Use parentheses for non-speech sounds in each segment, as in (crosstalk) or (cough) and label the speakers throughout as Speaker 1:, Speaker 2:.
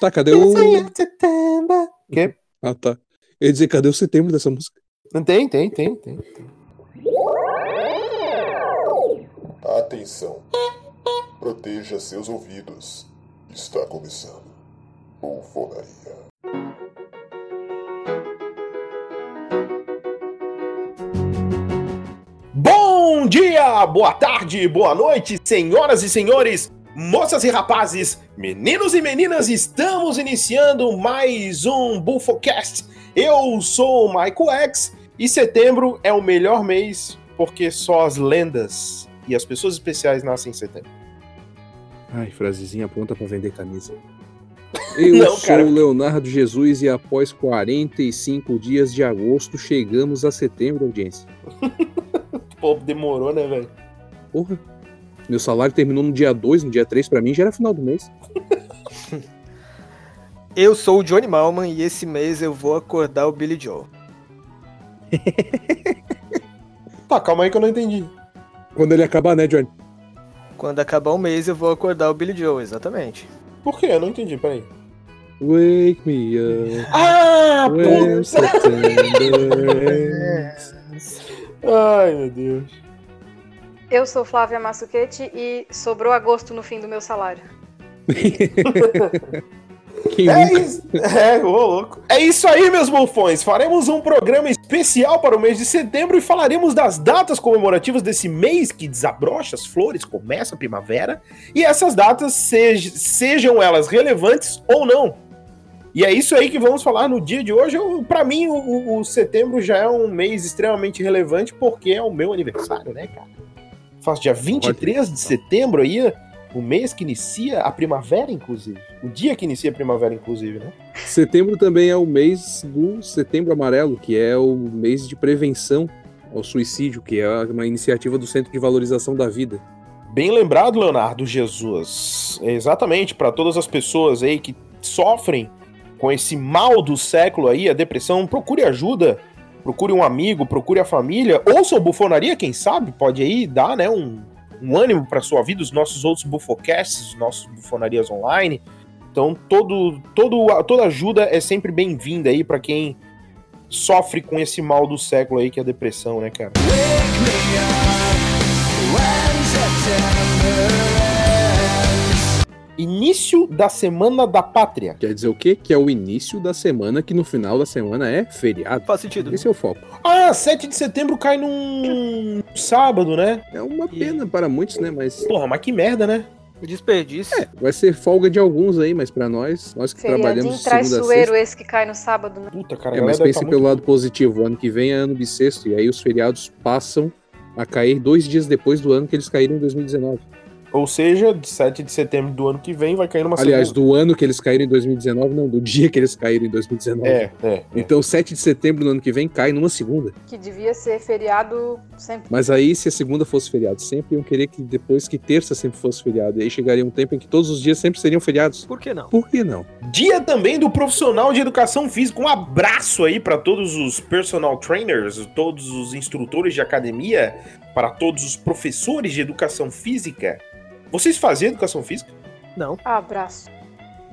Speaker 1: Tá, cadê o.
Speaker 2: Quê?
Speaker 1: Ah, tá. Eu ia dizer, cadê o setembro dessa música?
Speaker 2: Não tem, tem, tem, tem.
Speaker 3: Atenção! Proteja seus ouvidos. Está começando. Bufonaria.
Speaker 2: Bom dia, boa tarde, boa noite, senhoras e senhores, moças e rapazes, meninos e meninas, estamos iniciando mais um Bufocast. Eu sou o Michael X e setembro é o melhor mês porque só as lendas e as pessoas especiais nascem em setembro.
Speaker 1: Ai, frasezinha pronta pra vender camisa. Eu
Speaker 2: Não,
Speaker 1: sou
Speaker 2: cara.
Speaker 1: o Leonardo Jesus e após 45 dias de agosto chegamos a setembro, audiência.
Speaker 2: Pô, demorou, né, velho?
Speaker 1: Porra. Meu salário terminou no dia 2, no dia 3, pra mim já era final do mês.
Speaker 4: Eu sou o Johnny Malman e esse mês eu vou acordar o Billy Joe.
Speaker 2: Tá, calma aí que eu não entendi.
Speaker 1: Quando ele acabar, né, Johnny?
Speaker 4: Quando acabar o mês eu vou acordar o Billy Joe, exatamente.
Speaker 2: Por quê? Eu não entendi, peraí.
Speaker 1: Wake me up.
Speaker 2: Ah,
Speaker 1: when
Speaker 2: puta! (laughs)
Speaker 1: September ends.
Speaker 2: Ai, meu Deus.
Speaker 5: Eu sou Flávia Massucchetti e sobrou agosto no fim do meu salário.
Speaker 1: Quem
Speaker 2: É
Speaker 1: nunca-
Speaker 2: isso, é, ô, louco. É isso aí, meus bufões. Faremos um programa especial para o mês de setembro e falaremos das datas comemorativas desse mês que desabrocha as flores, começa a primavera. E essas datas, sej- sejam elas relevantes ou não. E é isso aí que vamos falar no dia de hoje. Eu- Pra mim, o- o, o setembro já é um mês extremamente relevante porque é o meu aniversário, né, cara? Faço dia 23 de setembro aí, o mês que inicia a primavera, inclusive. O dia que inicia a primavera, inclusive, né?
Speaker 1: Setembro também é o mês do Setembro Amarelo, que é o mês de prevenção ao suicídio, que é uma iniciativa do Centro de Valorização da Vida.
Speaker 2: Bem lembrado, Leonardo Jesus. É Exatamente, para todas as pessoas aí que sofrem com esse mal do século aí, a depressão, procure ajuda, procure um amigo, procure a família, ouça o Bufonaria, quem sabe, pode aí dar, né, um, um ânimo para sua vida, os nossos outros Bufocasts, os nossos Bufonarias online. Então, todo, todo, toda ajuda é sempre bem-vinda aí para quem sofre com esse mal do século aí, que é a depressão, né, cara? Início da Semana da Pátria.
Speaker 1: Quer dizer o quê? Que é o início da semana, que no final da semana é feriado.
Speaker 4: Faz sentido. né?
Speaker 1: Esse é o foco.
Speaker 2: Ah, 7 de setembro cai num sábado, né?
Speaker 1: É uma pena para muitos, né? Mas
Speaker 2: Porra, mas que merda, né?
Speaker 4: O desperdício.
Speaker 1: vai ser folga de alguns aí, mas para nós, nós que trabalhamos
Speaker 5: Feriadinho
Speaker 1: de segunda a
Speaker 5: traiçoeiro
Speaker 1: sexta.
Speaker 5: esse que cai no sábado, né?
Speaker 2: Puta, cara, a
Speaker 1: É,
Speaker 2: galera
Speaker 1: mas
Speaker 2: deve
Speaker 1: pense
Speaker 2: tá
Speaker 1: pelo
Speaker 2: muito-
Speaker 1: lado positivo. Ano que vem é ano bissexto, e aí os feriados passam a cair dois dias depois do ano que eles caíram em 2019.
Speaker 2: Ou seja, de 7 de setembro do ano que vem vai cair numa
Speaker 1: Aliás,
Speaker 2: segunda.
Speaker 1: do ano que eles caíram em 2019, não, do dia que eles caíram em 2019.
Speaker 2: É, é. é.
Speaker 1: Então, 7 de setembro do ano que vem cai numa segunda.
Speaker 5: Que devia ser feriado sempre.
Speaker 1: Mas aí, se a segunda fosse feriado sempre, iam querer que depois que terça sempre fosse feriado. E aí chegaria um tempo em que todos os dias sempre seriam feriados.
Speaker 4: Por que não?
Speaker 1: Por que não?
Speaker 2: Dia também do profissional de educação física. Um abraço aí para todos os personal trainers, todos os instrutores de academia, para todos os professores de educação física. Vocês faziam educação física?
Speaker 4: Não.
Speaker 5: Abraço.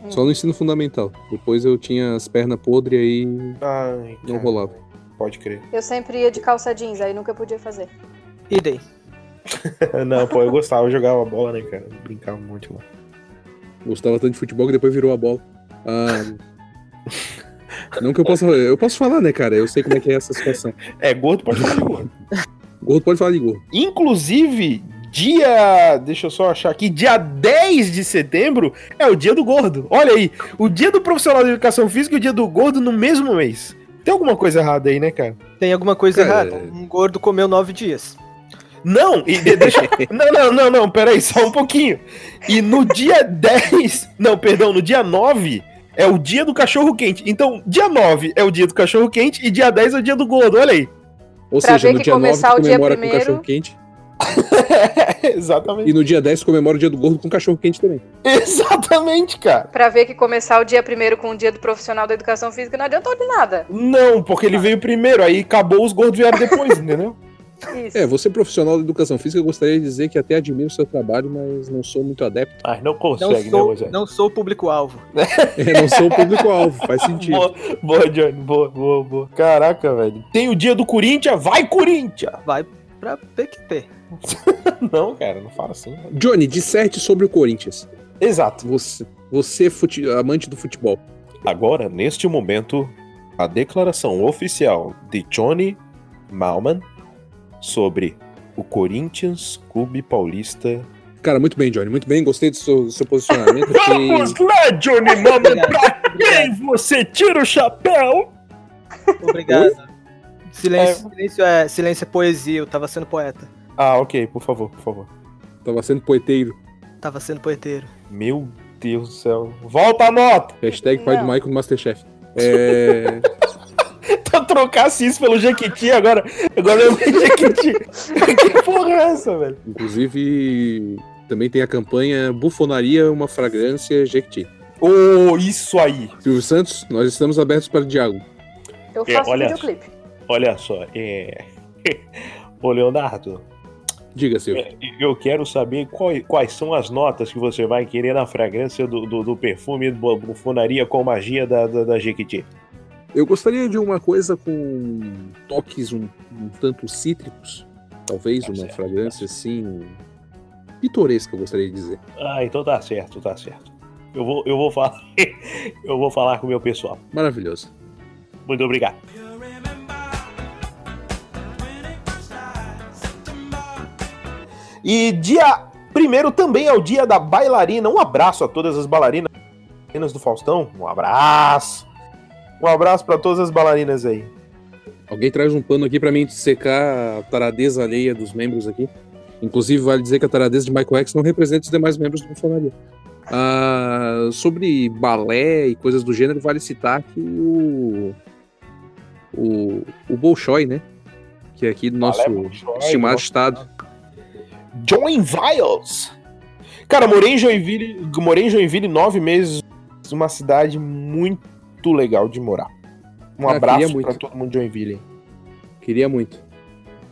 Speaker 1: Só no ensino fundamental. Depois eu tinha as pernas podres e aí
Speaker 2: Ai,
Speaker 1: não
Speaker 2: cara,
Speaker 1: rolava.
Speaker 2: Pode crer. (laughs)
Speaker 5: Eu sempre ia de calça jeans, aí nunca podia fazer.
Speaker 4: Idem.
Speaker 2: não, pô, eu gostava, eu jogava bola, né, cara? Brincava muito lá.
Speaker 1: Gostava tanto de futebol que depois virou a bola. Ah, não que eu possa. Eu posso falar, né, cara? Eu sei como é que é essa situação.
Speaker 2: É, gordo pode falar de gordo.
Speaker 1: Gordo pode falar de gordo.
Speaker 2: Inclusive, dia. Deixa eu só achar aqui. Dia 10 de setembro é o dia do gordo. Olha aí. O dia do profissional de educação física e o dia do gordo no mesmo mês. Tem alguma coisa errada aí, né, cara?
Speaker 4: Tem alguma
Speaker 2: É.
Speaker 4: coisa
Speaker 1: Cara,
Speaker 4: errada. Um gordo comeu nove dias.
Speaker 2: Não, e de- (laughs) deixa. não, não, não, não. Peraí, só um pouquinho. E no dia 10. Não, perdão, no dia 9. É o dia do cachorro quente. Então, dia 9 é o dia do cachorro quente e dia 10 é o dia do gordo. Olha aí. (laughs)
Speaker 1: Ou
Speaker 5: Pra
Speaker 1: seja,
Speaker 5: ver
Speaker 1: no
Speaker 5: que
Speaker 1: dia 9
Speaker 5: começar o dia
Speaker 1: comemora com
Speaker 5: primeiro.
Speaker 1: cachorro quente.
Speaker 2: Exatamente.
Speaker 1: E no dia 10 comemora o dia do gordo com cachorro quente também.
Speaker 2: Exatamente, cara.
Speaker 5: Pra ver que começar o dia primeiro com o dia do profissional da educação física não adiantou de nada.
Speaker 2: Ah. (laughs) Não, porque ele veio primeiro, aí acabou, os gordos vieram depois, entendeu?
Speaker 5: Isso.
Speaker 1: É, você profissional da educação física, eu gostaria de dizer que até admiro o seu trabalho, mas não sou muito adepto. (laughs)
Speaker 2: Mas não
Speaker 4: Não
Speaker 2: consegue, né,
Speaker 4: sou,
Speaker 2: Rogério?
Speaker 4: não sou o público-alvo.
Speaker 1: Eu É, não sou o público-alvo, faz sentido.
Speaker 2: Boa, boa, Johnny. Boa, boa, boa. Caraca, velho. Tem o dia do Corinthians, vai Corinthians!
Speaker 4: Vai pra PQP.
Speaker 2: Não, cara, não fala assim. velho.
Speaker 1: Johnny, disserte sobre o Corinthians.
Speaker 2: Exato.
Speaker 1: Você, você é fute- amante do futebol.
Speaker 2: Agora, neste momento, a declaração oficial de Johnny Malman sobre o Corinthians Clube Paulista.
Speaker 1: Cara, muito bem, Johnny, muito bem. Gostei do seu, do seu posicionamento. Fiquei-
Speaker 2: lá, Johnny Malman,
Speaker 4: (laughs) Obrigado. obrigado,
Speaker 2: você tira o chapéu?
Speaker 4: (laughs) Obrigado. Silêncio, silêncio, é, silêncio é poesia, eu tava sendo poeta.
Speaker 2: Ah, ok, por favor, por favor.
Speaker 1: Tava sendo poeteiro.
Speaker 4: Tava sendo poeteiro.
Speaker 2: Meu Deus do céu. Volta a (laughs) nota!
Speaker 1: Hashtag pai do
Speaker 5: Não.
Speaker 1: Michael no Masterchef. É...
Speaker 2: Então trocasse isso pelo Jequiti agora. Agora eu lembrei de Jequiti. (laughs) que porra é essa, velho?
Speaker 1: Inclusive, também tem a campanha Bufonaria, uma fragrância Jequiti.
Speaker 2: Ô, isso aí.
Speaker 1: Silvio Santos, nós estamos abertos para o diálogo.
Speaker 5: Eu
Speaker 2: É,
Speaker 5: faço
Speaker 2: olha.
Speaker 5: videoclipe.
Speaker 2: Olha só, é. (laughs) Ô, Leonardo,
Speaker 1: Diga, Silvio.
Speaker 2: eu quero saber qual- quais são as notas que você vai querer na fragrância do, do, do perfume do bufonaria com magia da, da, da Jequiti.
Speaker 1: Eu gostaria de uma coisa com toques um, um tanto cítricos. Talvez
Speaker 2: Tá
Speaker 1: uma
Speaker 2: certo,
Speaker 1: fragrância assim. pitoresca, eu gostaria de dizer.
Speaker 2: Ah, então tá certo, tá certo. Eu vou, eu vou falar. (laughs) eu vou falar com o meu pessoal.
Speaker 1: Maravilhoso.
Speaker 2: Muito obrigado. E dia primeiro também é o dia da bailarina. Um abraço a todas as bailarinas do Faustão. Um abraço. Um abraço pra todas as bailarinas aí.
Speaker 1: Alguém traz um pano aqui para mim secar a taradeza alheia dos membros aqui. Inclusive, vale dizer que a taradeza de Michael X não representa os demais membros do Bufonaria. Ah, sobre balé e coisas do gênero, vale citar que o. O, o Bolshoi, né? Que é aqui do nosso
Speaker 2: Valeu, Bolshoi,
Speaker 1: estimado
Speaker 2: nosso-
Speaker 1: estado.
Speaker 2: Join Viles. Cara, morei em Joinville, morei em Joinville nove meses, uma cidade muito legal de morar. Um
Speaker 1: Ah, queria
Speaker 2: abraço
Speaker 1: muito.
Speaker 2: pra todo mundo de Joinville. hein?
Speaker 1: Queria muito.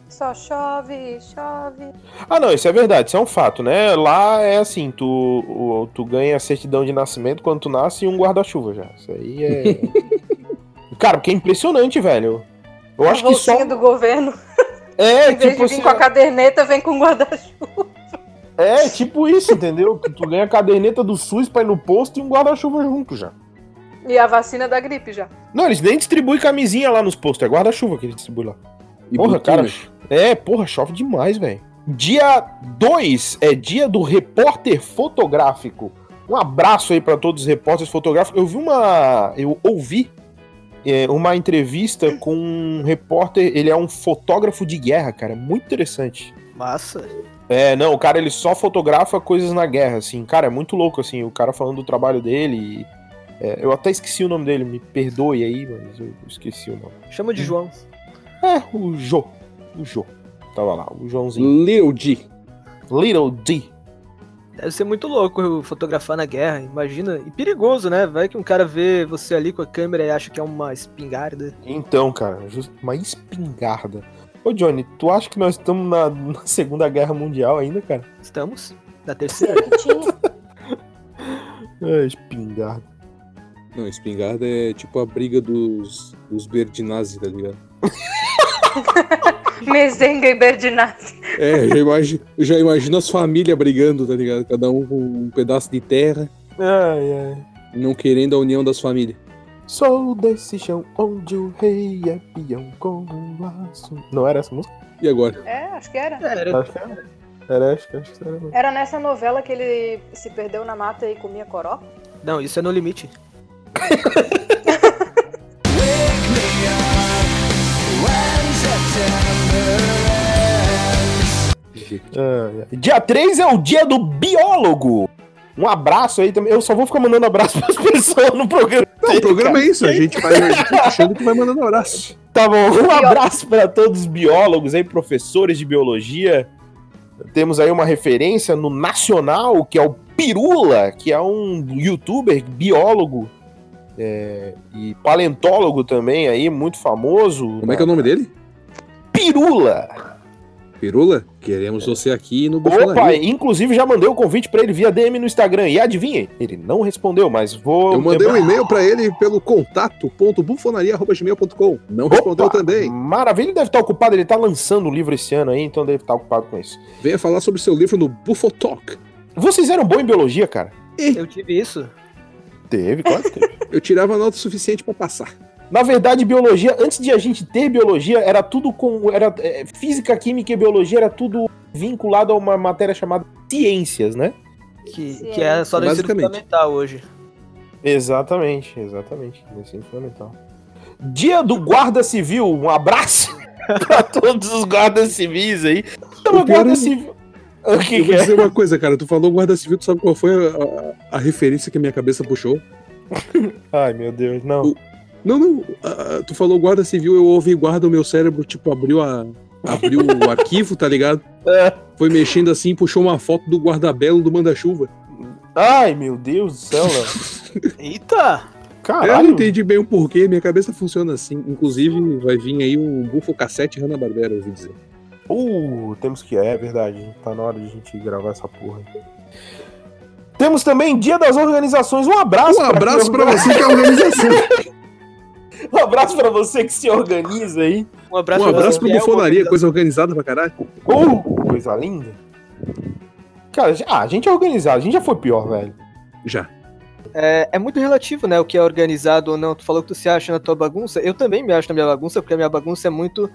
Speaker 5: Só chove, chove.
Speaker 2: Ah, não, isso é verdade, isso é um fato, né? Lá é assim, tu, o- tu ganha a certidão de nascimento quando tu nasce e um guarda-chuva já. Isso aí
Speaker 5: (laughs)
Speaker 2: é. Cara, porque é impressionante, velho. Eu acho
Speaker 5: a
Speaker 2: que só.
Speaker 1: um
Speaker 5: bolsinha do governo.
Speaker 2: É,
Speaker 5: em vez
Speaker 2: tipo
Speaker 5: de
Speaker 2: assim.
Speaker 5: vir com a caderneta, vem com o guarda-chuva.
Speaker 2: É, tipo isso, entendeu? Que tu ganha a caderneta do SUS pra ir no posto e um guarda-chuva junto já.
Speaker 5: E a vacina da
Speaker 1: (laughs)
Speaker 5: gripe já.
Speaker 2: Não, eles nem distribuem camisinha lá nos postos, é guarda-chuva que eles distribuem lá.
Speaker 1: E
Speaker 2: porra, cara.
Speaker 1: Burkina.
Speaker 2: É, porra, chove demais, velho. Dia 2 é dia do repórter fotográfico. Um abraço aí pra todos os repórteres fotográficos. Eu vi uma. Eu ouvi é, uma entrevista com um repórter. Ele é um fotógrafo de guerra, cara. É Muito interessante.
Speaker 4: Massa.
Speaker 2: É, não, o cara ele só fotografa coisas na guerra, assim. Cara, é muito louco, assim. O cara falando do trabalho dele. e- é, eu até esqueci o nome dele, me perdoe aí, mas eu esqueci o nome.
Speaker 4: Chama de João.
Speaker 2: É, o Jô. O Jô. Tava lá, o Joãozinho.
Speaker 1: Lil D.
Speaker 2: Little D.
Speaker 4: Deve ser muito louco eu fotografar na guerra, imagina. E perigoso, né? Vai que um cara vê você ali com a câmera e acha que é uma espingarda.
Speaker 2: Então, cara, just- uma espingarda. Ô, Johnny, tu acha que nós estamos na, na Segunda Guerra Mundial ainda, cara?
Speaker 4: Estamos na
Speaker 5: (laughs)
Speaker 4: terceira.
Speaker 5: Que tinha.
Speaker 2: É, espingarda.
Speaker 1: Não, espingarda é tipo a briga dos, dos Berdinazzi, tá ligado?
Speaker 5: Mezenga e Berdinazzi.
Speaker 1: É, já imagina, já imagina as famílias brigando, tá ligado? Cada um com um pedaço de terra,
Speaker 2: Ai, ai.
Speaker 1: não querendo a união das famílias.
Speaker 2: Sou desse chão onde o rei é peão com um laço. Não era essa música?
Speaker 1: E agora?
Speaker 5: É, acho que era.
Speaker 4: É, era-
Speaker 2: Acho que era. Era, acho que, acho que era.
Speaker 5: Era nessa novela que ele se perdeu na mata e comia coró?
Speaker 4: Não, isso é no limite.
Speaker 2: Ai, ai. Dia 3 é o dia do biólogo. Um abraço aí também. Eu só vou ficar mandando abraço (laughs) pras pessoas no programa.
Speaker 1: Não, o programa é isso, a gente (laughs) vai a gente tá achando que vai mandando abraço.
Speaker 2: Tá bom, um abraço para todos os biólogos aí, professores de biologia. Temos aí uma referência no Nacional, que é o Pirula, que é um youtuber biólogo é, e
Speaker 1: é
Speaker 2: paleontólogo também aí, muito famoso.
Speaker 1: Como é que é o nome dele?
Speaker 2: Pirula!
Speaker 1: Pirula, queremos você aqui no
Speaker 2: Opa, então.
Speaker 1: Bufalaria.
Speaker 2: inclusive já mandei o convite pra ele via DM no Instagram. E adivinha? Ele não respondeu, mas vou.
Speaker 1: Eu mandei um
Speaker 2: lembrar.
Speaker 1: e-mail pra ele pelo contato.bufonaria.gmail.com. Não respondeu
Speaker 2: Opa,
Speaker 1: também.
Speaker 2: Maravilha, ele deve estar ocupado. Ele tá lançando o livro esse ano aí, então deve estar ocupado com isso.
Speaker 1: Venha falar sobre seu livro no Bufotalk.
Speaker 2: Vocês eram bom em biologia, cara?
Speaker 4: Eu tive isso.
Speaker 2: Teve, claro que teve.
Speaker 1: Eu tirava nota suficiente pra passar.
Speaker 2: (laughs) Na verdade, biologia, antes de a gente ter biologia, era tudo com. Era, é, física, química e biologia era tudo vinculado a uma matéria chamada ciências, né?
Speaker 4: Que,
Speaker 5: Sim.
Speaker 4: que é só do ensino
Speaker 1: Basicamente.
Speaker 4: fundamental hoje.
Speaker 2: Exatamente, exatamente. Ensino fundamental. Dia do Guarda Civil, um abraço (laughs) pra todos os guardas civis aí. Então,
Speaker 1: O
Speaker 2: a
Speaker 1: pior
Speaker 2: guarda
Speaker 1: é-
Speaker 2: civil. O que, que
Speaker 1: Eu vou
Speaker 2: é?
Speaker 1: dizer uma coisa, cara. Tu falou guarda civil, tu sabe qual foi a, a- a referência que a minha cabeça puxou?
Speaker 2: Ai, meu Deus, não.
Speaker 1: O- Não, não. ah, tu falou guarda civil, eu ouvi guarda, o meu cérebro, tipo, abriu a.
Speaker 2: (laughs)
Speaker 1: Abriu o arquivo, tá ligado?
Speaker 2: É.
Speaker 1: Foi mexendo assim, puxou uma foto do guardabelo do manda-chuva.
Speaker 2: Ai, meu Deus do céu, Léo.
Speaker 4: Eita!
Speaker 1: Eu
Speaker 2: Caralho.
Speaker 1: não entendi bem o porquê, minha cabeça funciona assim. Inclusive, vai vir aí um Bufo Cassete Hanna-Barbera, eu ouvi dizer.
Speaker 2: Uh, temos que. É, é verdade. Tá na hora de a gente gravar essa porra. Temos também Dia das Organizações. Um abraço.
Speaker 1: Um abraço pra
Speaker 2: pra
Speaker 1: você que é
Speaker 2: (laughs)
Speaker 1: a organização.
Speaker 2: Um quem- (laughs) Um abraço pra você que se organiza aí.
Speaker 4: Um abraço,
Speaker 1: Um abraço
Speaker 2: É
Speaker 1: pra
Speaker 4: pra
Speaker 1: Bufonaria, coisa organizada pra caralho.
Speaker 2: Uh, coisa linda. Cara, já- ah, a gente é organizado. A gente já foi pior, velho.
Speaker 1: Já.
Speaker 4: É, é muito relativo, né? O que é organizado ou não. Tu falou que tu se acha na tua bagunça. Eu também me acho na minha bagunça, porque a minha bagunça é muito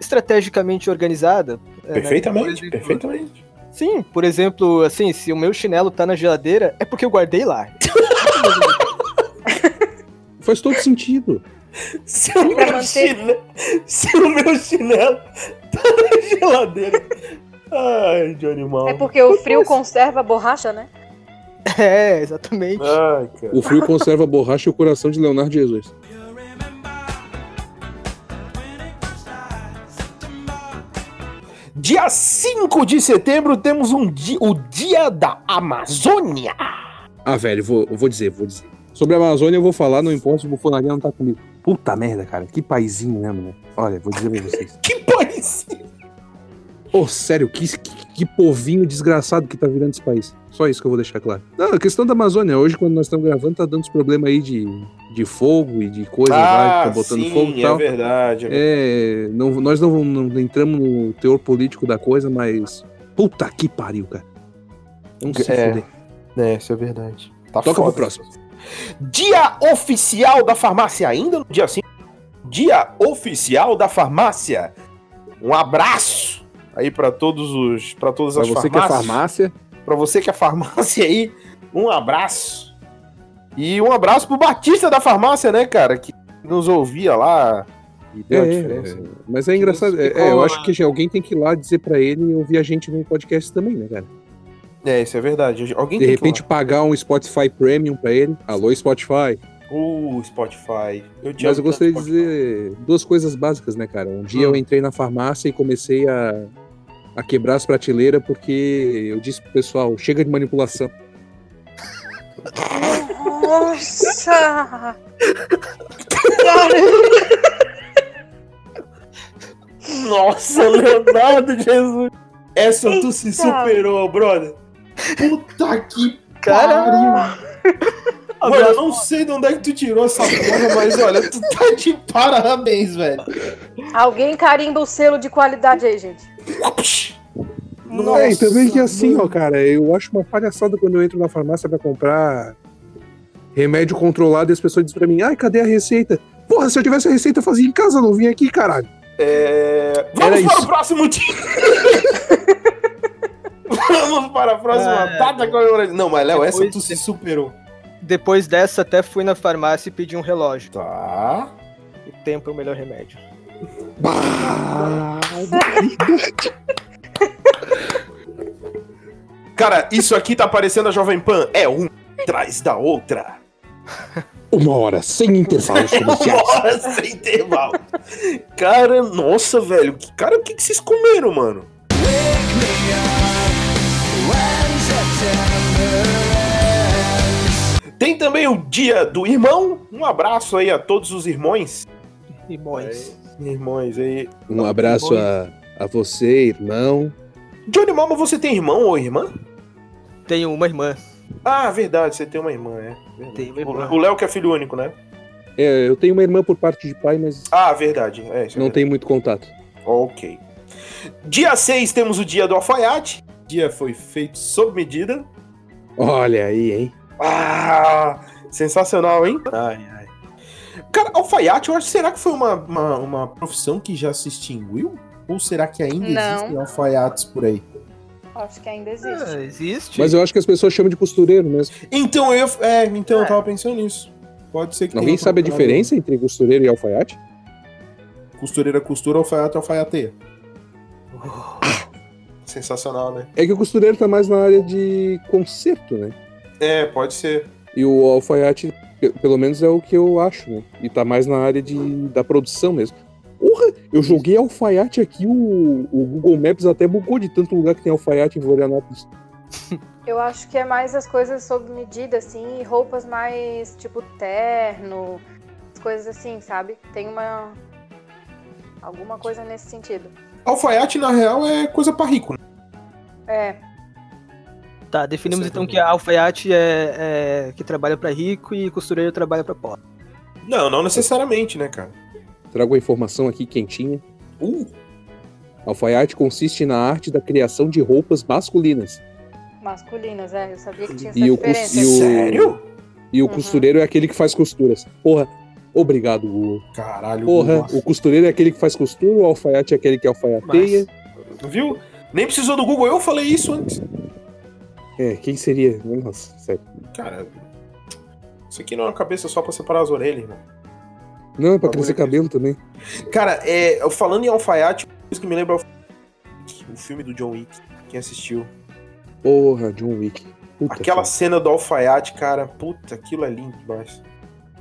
Speaker 4: estrategicamente organizada. É, né? Por exemplo,
Speaker 2: perfeitamente.
Speaker 4: Sim, por exemplo, assim, se o meu chinelo tá na geladeira, é porque eu guardei lá. (laughs)
Speaker 1: Faz todo sentido.
Speaker 2: (laughs) Se o,
Speaker 5: Pra
Speaker 2: meu
Speaker 5: manter-
Speaker 2: chinelo, se o meu chinelo tá na
Speaker 5: (laughs)
Speaker 2: geladeira. Ai, Johnny Mal.
Speaker 5: É porque o frio conserva a borracha, né?
Speaker 4: É, exatamente.
Speaker 2: Ai, cara.
Speaker 1: O frio conserva a borracha e o coração de Leonardo Jesus.
Speaker 2: Dia 5 de setembro temos um di- o Dia da Amazônia. (laughs)
Speaker 1: Ah, velho, vou, eu vou dizer, vou dizer. Sobre a Amazônia eu vou falar, não importa se o Bufonaria não tá comigo. Puta merda, cara, que paizinho mesmo, né? Olha, vou dizer pra vocês.
Speaker 2: Que país!
Speaker 1: (laughs) Ô, sério, que, que, que povinho desgraçado que tá virando esse país. Só isso que eu vou deixar claro. Não, a questão da Amazônia, hoje quando nós estamos gravando, tá dando uns problemas aí de, de fogo e de coisa, lá, que tá botando fogo e tal.
Speaker 2: Ah, verdade.
Speaker 1: É, não- nós não, não entramos no teor político da coisa, mas. Puta que pariu, cara. Vamos se
Speaker 2: É,
Speaker 1: fuder.
Speaker 2: É, isso é verdade. Tá
Speaker 1: Toca
Speaker 2: foda.
Speaker 1: pro próximo.
Speaker 2: Dia oficial da farmácia, ainda no dia 5. Dia oficial da farmácia. Um abraço aí pra todos os para todas
Speaker 1: Pra
Speaker 2: as
Speaker 1: você que é
Speaker 2: farmácias.
Speaker 1: farmácia,
Speaker 2: Pra você que é farmácia aí, um abraço. E um abraço pro Batista da farmácia, né, cara, que nos ouvia lá e deu a
Speaker 1: É,
Speaker 2: diferença.
Speaker 1: mas é engraçado. É, é, eu acho que alguém tem que ir lá dizer pra ele e ouvir a gente no podcast também, né, cara?
Speaker 2: É, isso é verdade. Alguém
Speaker 1: De
Speaker 2: tem
Speaker 1: repente pagar um Spotify Premium pra ele. Alô, Spotify.
Speaker 2: que... O Spotify. Eu te
Speaker 1: Mas
Speaker 2: amo
Speaker 1: eu gostaria de
Speaker 2: tanto,
Speaker 1: dizer duas coisas básicas, né, cara? Um dia
Speaker 2: Hum.
Speaker 1: eu entrei na farmácia e comecei a, a quebrar as prateleiras porque eu disse pro pessoal: chega de manipulação.
Speaker 5: Nossa!
Speaker 2: Spotify. Nossa, (laughs) Leonardo Jesus. Essa tu se
Speaker 5: Eita.
Speaker 2: superou, brother. Puta que
Speaker 4: Cara,
Speaker 2: pariu. Mano, eu não sei de onde é que tu tirou essa porra, mas olha, tu tá de parabéns, velho.
Speaker 5: (laughs) Alguém carimba o selo de qualidade aí, gente.
Speaker 1: Não, é, e também que assim, ó, cara, eu acho uma palhaçada quando eu entro na farmácia pra comprar remédio controlado e as pessoas dizem pra mim, ai, cadê a receita? Porra, se eu tivesse a receita, eu fazia em casa, eu não vim aqui, caralho.
Speaker 2: É, Vamos para
Speaker 1: Era isso.
Speaker 2: o próximo dia. (laughs) Vamos para a próxima
Speaker 4: É.
Speaker 2: data comemorativa. Não, mas Léo, essa
Speaker 4: Depois-
Speaker 2: tu se superou.
Speaker 4: depois dessa até fui na farmácia e pedi um relógio.
Speaker 2: Tá.
Speaker 4: O tempo é o melhor remédio.
Speaker 2: Cara, isso aqui tá parecendo a Jovem Pan. É um atrás da
Speaker 1: (laughs)
Speaker 2: outra.
Speaker 1: Uma hora, sem intervalos comerciais.
Speaker 2: Uma hora sem intervalo. Cara, nossa, velho. que- Cara, o que, que vocês comeram, mano? Tem também o dia do irmão. Um abraço aí a todos os irmãos.
Speaker 4: É E bons.
Speaker 2: Irmãos aí.
Speaker 1: Um abraço a, A você, irmão.
Speaker 2: Johnny Mama, você tem irmão ou irmã?
Speaker 4: Tenho uma irmã.
Speaker 2: Ah, verdade, você tem uma irmã, é. Verdade.
Speaker 4: Tenho uma irmã.
Speaker 2: O Léo que é filho único, né?
Speaker 1: É, eu tenho uma irmã por parte de pai, mas
Speaker 2: Ah, verdade. É, isso é
Speaker 1: não tenho muito contato.
Speaker 2: Ok. Dia 6 temos o dia do alfaiate. O dia foi feito sob medida.
Speaker 1: Olha aí, hein?
Speaker 2: Ah, sensacional, hein? Ai, ai. Cara, alfaiate, eu acho, será que foi uma, uma, uma profissão que já se extinguiu? Ou será que ainda
Speaker 5: Não.
Speaker 2: existem alfaiates por aí?
Speaker 5: Acho que ainda existe.
Speaker 1: É.
Speaker 4: Ah, existe.
Speaker 1: Mas eu acho que as pessoas chamam de costureiro mesmo.
Speaker 2: Então eu, é, então eu tava pensando nisso. Pode ser que
Speaker 1: Alguém
Speaker 2: tenha
Speaker 1: sabe a
Speaker 2: procurado.
Speaker 1: diferença entre costureiro e alfaiate?
Speaker 2: Costureira costura, alfaiate alfaiateia. Ah, Sensacional, né?
Speaker 1: É que o costureiro tá mais na área de conserto, né?
Speaker 2: É, pode ser.
Speaker 1: E o alfaiate, pe- pelo menos é o que eu acho, né? E tá mais na área de, da produção mesmo. Porra, eu joguei alfaiate aqui, o, o Google Maps até bugou de tanto lugar que tem alfaiate em Florianópolis.
Speaker 5: Eu acho que é mais as coisas sob medida, assim, e roupas mais tipo terno, as coisas assim, sabe? Tem uma. Alguma coisa nesse sentido.
Speaker 2: Alfaiate, na real, é coisa pra rico, né?
Speaker 5: É,
Speaker 4: Tá, definimos
Speaker 2: Certo.
Speaker 4: então que a alfaiate é, é que trabalha pra rico e costureiro trabalha pra pobre.
Speaker 2: Não, não necessariamente, né, cara?
Speaker 1: Trago a informação aqui quentinha.
Speaker 2: Uh,
Speaker 1: Alfaiate consiste na arte da criação de roupas masculinas.
Speaker 5: masculinas, é. Eu sabia que tinha essa
Speaker 1: E o cus-
Speaker 5: diferença.
Speaker 1: e o-
Speaker 2: é sério?
Speaker 1: E o
Speaker 5: Uhum.
Speaker 1: costureiro é aquele que faz costuras. Porra, obrigado, Google.
Speaker 2: Caralho,
Speaker 1: Porra,
Speaker 2: Google.
Speaker 1: o costureiro é aquele que faz costura, o alfaiate é aquele que alfaiateia.
Speaker 2: Viu? Nem precisou do Google, eu falei isso antes.
Speaker 1: É, quem seria? Nossa, sério.
Speaker 2: Cara, isso aqui não é uma cabeça só pra separar as orelhas, irmão.
Speaker 1: Não, é pra
Speaker 2: Bagulho
Speaker 1: crescer
Speaker 2: é
Speaker 1: cabelo também.
Speaker 2: Cara, é, eu falando em alfaiate, uma coisa que me lembra é o filme do John Wick. Quem assistiu?
Speaker 1: Porra, John Wick. Puta
Speaker 2: Aquela
Speaker 1: cara.
Speaker 2: cena do alfaiate, cara, puta, aquilo é lindo demais.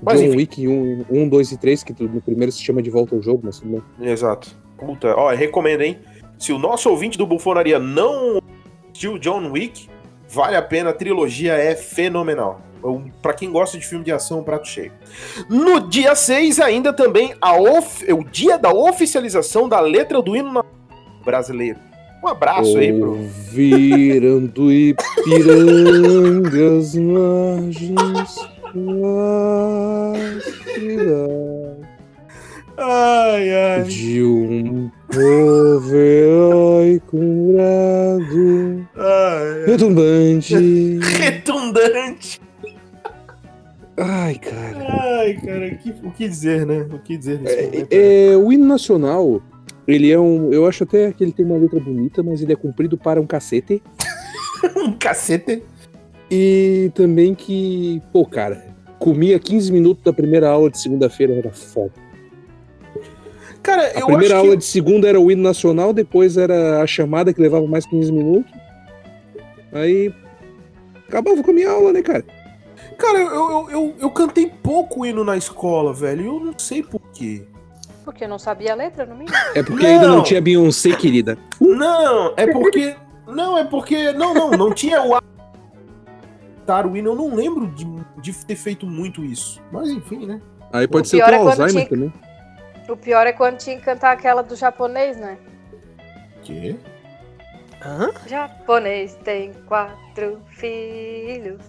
Speaker 2: mas
Speaker 1: John
Speaker 2: enfim.
Speaker 1: Wick 1, 1, 2 um, e 3, que tu- no primeiro se chama de volta ao jogo, mas tudo bem.
Speaker 2: Exato. Puta, ó, eu recomendo, hein? Se o nosso ouvinte do Bufonaria não assistiu John Wick, vale a pena, a trilogia é fenomenal. Um- Pra quem gosta de filme de ação, um prato cheio. No dia 6, ainda também, a of- o dia da oficialização da letra do hino nacional brasileiro. Um abraço aí pro...
Speaker 1: Ouviram (laughs) Ipirangas margens lascidas
Speaker 2: Ai, ai.
Speaker 1: de um povo herói curado
Speaker 2: ai.
Speaker 1: retumbante.
Speaker 2: Retundante.
Speaker 1: Ai, cara.
Speaker 2: Ai, cara, que- o que dizer, né? O que dizer nesse momento?
Speaker 1: É, o hino nacional, ele é um. Eu acho até que ele tem uma letra bonita, mas ele é comprido para um cacete.
Speaker 2: Um cacete.
Speaker 1: E também que, pô, cara, comia 15 minutos da primeira aula de segunda-feira, era foda.
Speaker 2: Cara,
Speaker 1: A
Speaker 2: eu
Speaker 1: primeira
Speaker 2: acho
Speaker 1: aula
Speaker 2: que...
Speaker 1: de segunda era o hino nacional, depois era a chamada que levava mais 15 minutos. Aí. Acabava com a minha aula, né, cara?
Speaker 2: Cara, eu, eu, eu, eu cantei pouco hino na escola, velho. e Eu não sei porquê.
Speaker 5: Porque eu não sabia a letra, no mínimo.
Speaker 1: É porque ainda
Speaker 2: Não.
Speaker 1: não tinha Beyoncé, querida.
Speaker 2: Não, é porque. Não, é porque. Não, não, não tinha o. Cantar o hino, eu não lembro de, de ter feito muito isso. Mas enfim, né?
Speaker 1: Aí pode
Speaker 5: O
Speaker 1: ser o
Speaker 5: pior
Speaker 1: teu
Speaker 5: é quando
Speaker 1: Alzheimer
Speaker 5: tinha-
Speaker 1: também.
Speaker 5: O pior é quando tinha que cantar aquela do japonês, né?
Speaker 2: Quê?
Speaker 4: Hã?
Speaker 5: Japonês tem quatro filhos.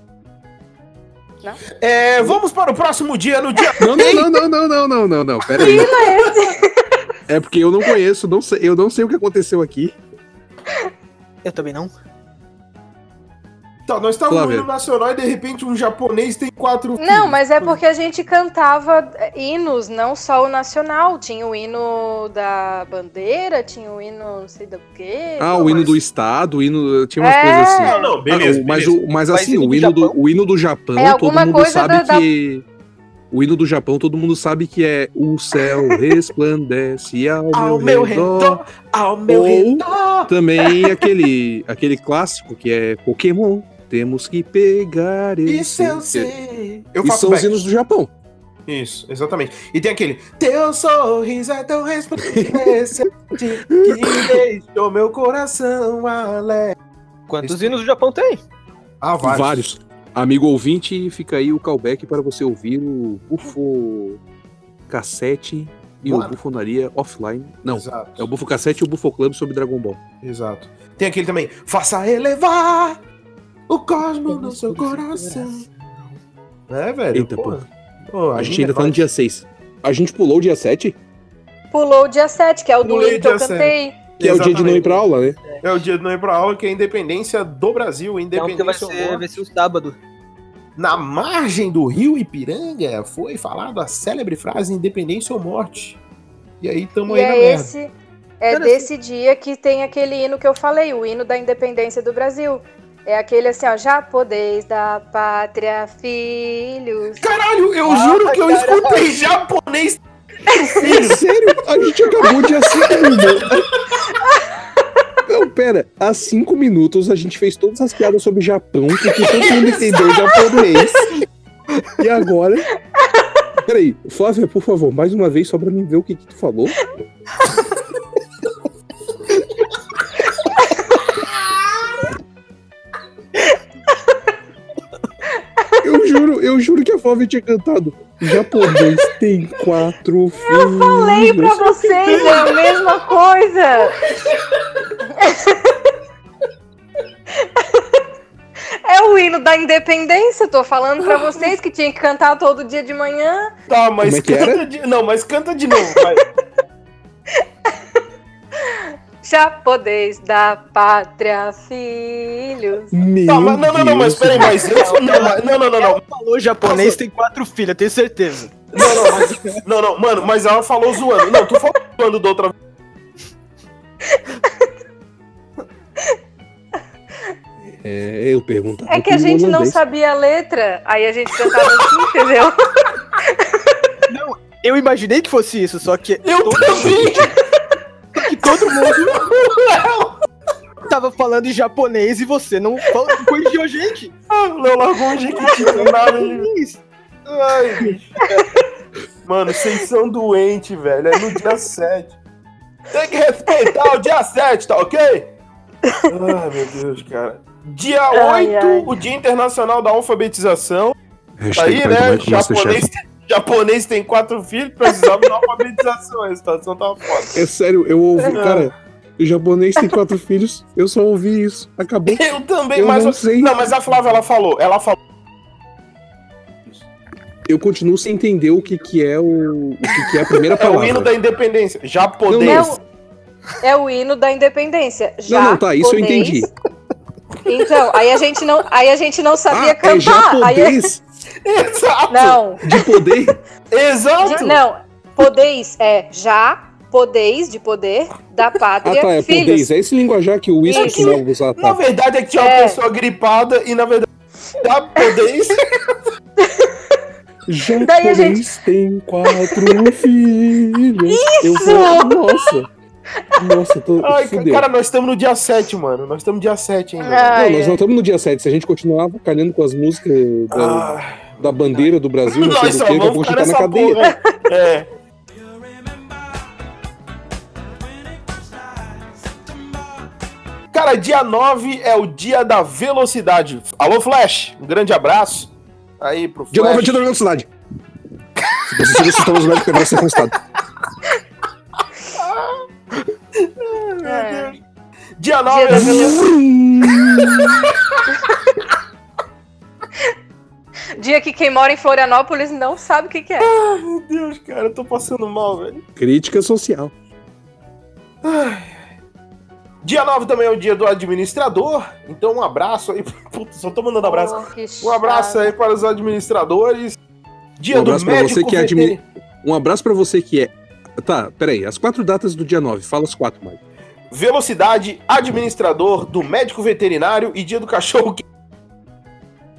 Speaker 2: É, vamos para o próximo dia, no (laughs) dia.
Speaker 1: Não, não, não, não, não, não, não, não. Pera aí. É porque eu não conheço, não sei- eu não sei o que aconteceu aqui.
Speaker 4: Eu também não.
Speaker 2: Tá, nós estávamos no
Speaker 1: Flávia.
Speaker 2: hino nacional e de repente um japonês tem quatro.
Speaker 5: Não,
Speaker 2: filhos.
Speaker 5: mas é porque a gente cantava eh, hinos, não só o nacional. Tinha o hino da bandeira, tinha o hino não sei do quê.
Speaker 1: Ah, o hino do Estado, o hino. Tinha umas
Speaker 5: É.
Speaker 1: coisas assim.
Speaker 2: Não, não, beleza.
Speaker 1: Ah, o- mas,
Speaker 2: beleza.
Speaker 1: o- mas
Speaker 4: Mas
Speaker 1: assim,
Speaker 4: hino
Speaker 1: o,
Speaker 4: do
Speaker 1: hino do,
Speaker 4: Japão?
Speaker 1: o hino do Japão,
Speaker 5: É,
Speaker 1: todo
Speaker 5: alguma
Speaker 1: mundo
Speaker 5: coisa
Speaker 1: sabe
Speaker 5: da- da-
Speaker 1: que. O hino do Japão, todo mundo sabe que é o
Speaker 5: (laughs)
Speaker 1: céu resplandece ao,
Speaker 2: Ao
Speaker 1: meu
Speaker 2: meu
Speaker 1: redor.
Speaker 2: redor, ao meu
Speaker 1: Ou-
Speaker 2: redor.
Speaker 1: Também aquele, aquele clássico que é Pokémon. Temos que pegar
Speaker 2: Isso
Speaker 1: esse.
Speaker 2: eu sei. Eu
Speaker 1: E são os
Speaker 2: back.
Speaker 1: hinos do Japão.
Speaker 2: Isso, exatamente. E tem aquele Teu sorriso é tão resplandecente Que deixou meu coração alegre
Speaker 4: Quantos
Speaker 2: Isso.
Speaker 4: hinos o Japão tem?
Speaker 2: Ah,
Speaker 1: Vários. Amigo ouvinte, fica aí o callback para você ouvir o UFO Cassete e
Speaker 2: Claro.
Speaker 1: o Bufonaria Offline. Não,
Speaker 2: Exato.
Speaker 1: é o Bufo Cassete e o Bufo Club sobre Dragon Ball.
Speaker 2: Exato. Tem aquele também. Faça elevar o cosmo no seu coração. É, velho.
Speaker 1: Eita,
Speaker 2: porra. Pô,
Speaker 1: A gente ainda tá no
Speaker 2: vai-
Speaker 1: dia 6. A gente pulou o dia 7,
Speaker 5: Pulou o dia 7, que é o do
Speaker 2: Pulei
Speaker 5: livro que eu
Speaker 2: dia sete.
Speaker 5: cantei.
Speaker 1: que é o dia de não ir pra aula, (laughs) né?
Speaker 2: É o dia de não ir pra aula, que é a independência do Brasil.
Speaker 4: Então, porque vai
Speaker 2: Independência ou
Speaker 4: ser,
Speaker 2: morte.
Speaker 4: vai ser o sábado.
Speaker 2: Na margem do rio Ipiranga foi falada a célebre frase independência ou morte. E aí tamo
Speaker 5: E
Speaker 2: aí na
Speaker 5: é
Speaker 2: merda.
Speaker 5: esse. É
Speaker 4: Cara,
Speaker 5: desse dia que tem aquele hino que eu falei, o hino da independência do Brasil. É aquele assim, ó, já podeis da pátria, filhos.
Speaker 2: Caralho, eu
Speaker 4: Ah,
Speaker 2: juro que eu
Speaker 4: cara.
Speaker 2: escutei japonês.
Speaker 1: É Sério? A gente acabou de assinar. Não, pera. Há cinco minutos a gente fez todas as piadas sobre Japão, porque todo mundo
Speaker 5: (laughs)
Speaker 1: entendeu japonês. E agora... Peraí, Flávia, por favor, mais uma vez, só pra mim ver o que, que tu falou. Eu juro, eu juro que a Flávia tinha cantado. Japonês tem quatro filhos. Eu
Speaker 5: Falei pra vocês, é a mesma coisa. É o hino da independência, tô falando pra vocês que tinha que cantar todo dia de manhã.
Speaker 2: Tá, mas
Speaker 1: Como é que
Speaker 2: canta
Speaker 1: era?
Speaker 2: de. Não, mas canta de novo.
Speaker 1: (laughs)
Speaker 2: vai.
Speaker 5: Já podeis da pátria, filhos.
Speaker 1: Meu
Speaker 2: Tá, mas, não, não, não, mas
Speaker 1: Deus.
Speaker 2: peraí, mas eu. Não, mas- não, não, não, não.
Speaker 4: Falou japonês, tem quatro filhas, tenho certeza.
Speaker 2: Não, não, mas, não, não, mano, mas ela falou zoando. Não, tu falou zoando da outra vez.
Speaker 1: É, eu perguntava.
Speaker 5: É que a
Speaker 1: pro
Speaker 5: gente não
Speaker 1: holandês.
Speaker 5: sabia a letra, aí a gente cantava assim, entendeu?
Speaker 4: Eu imaginei que fosse isso, só que
Speaker 2: Eu também!
Speaker 4: que todo mundo
Speaker 2: (laughs)
Speaker 4: tava falando em japonês e você não falou, corrigiu a gente.
Speaker 2: Não largou um jequiti do nada. ele- Ai, bicho. Mano, vocês são doentes, velho. É no dia (laughs) 7. Tem que respeitar o dia 7, tá ok? Ai, Ah, meu Deus, cara. Dia 8,
Speaker 5: Ai, ai.
Speaker 2: o Dia Internacional da Alfabetização. Tá
Speaker 1: Hashtag
Speaker 2: aí,
Speaker 1: pai do
Speaker 2: né?
Speaker 1: Michael Masterchef.
Speaker 2: Japonês, japonês tem quatro filhos, precisava da alfabetização. A situação tava tá foda.
Speaker 1: É sério, eu ouvi.
Speaker 2: Não.
Speaker 1: Cara, o japonês tem quatro filhos. Eu só ouvi isso. Acabou.
Speaker 2: Eu também,
Speaker 1: Eu
Speaker 2: mas.
Speaker 1: não sei.
Speaker 2: Não, mas a Flávia, ela falou. Ela falou.
Speaker 1: Eu continuo sem entender o que, que é o. O que, que é a primeira
Speaker 2: É o hino
Speaker 1: palavra.
Speaker 2: da independência.
Speaker 1: Não,
Speaker 5: É
Speaker 2: Japonês.
Speaker 1: não.
Speaker 2: (laughs)
Speaker 5: o, é o hino da independência. Já
Speaker 1: não, tá, isso eu
Speaker 5: podeis.
Speaker 1: entendi.
Speaker 5: Então, aí a gente não, aí a gente não sabia
Speaker 1: Ah, é
Speaker 5: cantar. aí a-
Speaker 1: japonês
Speaker 2: Exato!
Speaker 5: não,
Speaker 1: de poder.
Speaker 2: Exato!
Speaker 5: de- não, podeis é já, podeis de poder
Speaker 1: (laughs)
Speaker 5: da
Speaker 1: Ah,
Speaker 5: pátria,
Speaker 1: tá, é
Speaker 5: filhos.
Speaker 1: poder. É esse linguajar que o Whis
Speaker 5: Isso.
Speaker 1: costumava usar,
Speaker 2: Na
Speaker 1: tá?
Speaker 2: verdade é que tinha uma
Speaker 5: É.
Speaker 2: pessoa gripada e na verdade. Dá poder
Speaker 5: Daí a
Speaker 1: Japonês tem quatro filhos. Eu vou... Nossa! Nossa, tô.
Speaker 2: Ai, ca-
Speaker 1: fudeu.
Speaker 2: cara, nós estamos no dia 7, mano. Nós estamos no dia 7 ainda.
Speaker 1: Não,
Speaker 5: Ai,
Speaker 1: nós não
Speaker 5: ai.
Speaker 1: estamos no dia 7. Se a gente continuar calhando com as músicas da,
Speaker 2: Ah,
Speaker 1: da bandeira do Brasil, não sei
Speaker 2: nós
Speaker 1: do
Speaker 2: só
Speaker 1: que, eu vou
Speaker 2: vamos ficar
Speaker 1: chegar na
Speaker 2: nessa
Speaker 1: cadeia.
Speaker 2: porra.
Speaker 1: (laughs)
Speaker 2: É. Cara, dia 9 é o dia da velocidade. Alô, Flash, um grande abraço. Aí pro Flash.
Speaker 1: Dia 9 é dia da velocidade. Se você tá se assustar, os médicos agora ser constado.
Speaker 5: É.
Speaker 2: Dia 9
Speaker 5: Dia
Speaker 2: é
Speaker 5: da velocidade. Dia que quem mora em Florianópolis não sabe o que, que é.
Speaker 2: Meu Deus, cara, eu tô passando mal, velho.
Speaker 1: Crítica social.
Speaker 2: Dia 9 também é o dia do administrador. Então, um abraço aí. (laughs) Puta, só tô mandando abraço.
Speaker 5: Oh, que
Speaker 2: Um abraço
Speaker 5: chato.
Speaker 2: aí para os administradores. Dia
Speaker 1: Um abraço
Speaker 2: do
Speaker 1: pra
Speaker 2: médico
Speaker 1: você que é admi-
Speaker 2: veter-
Speaker 1: Um abraço pra você que é. Tá, peraí. As quatro datas do dia 9. Fala as quatro, Mike.
Speaker 2: Velocidade, administrador, do médico veterinário e dia do cachorro (laughs) que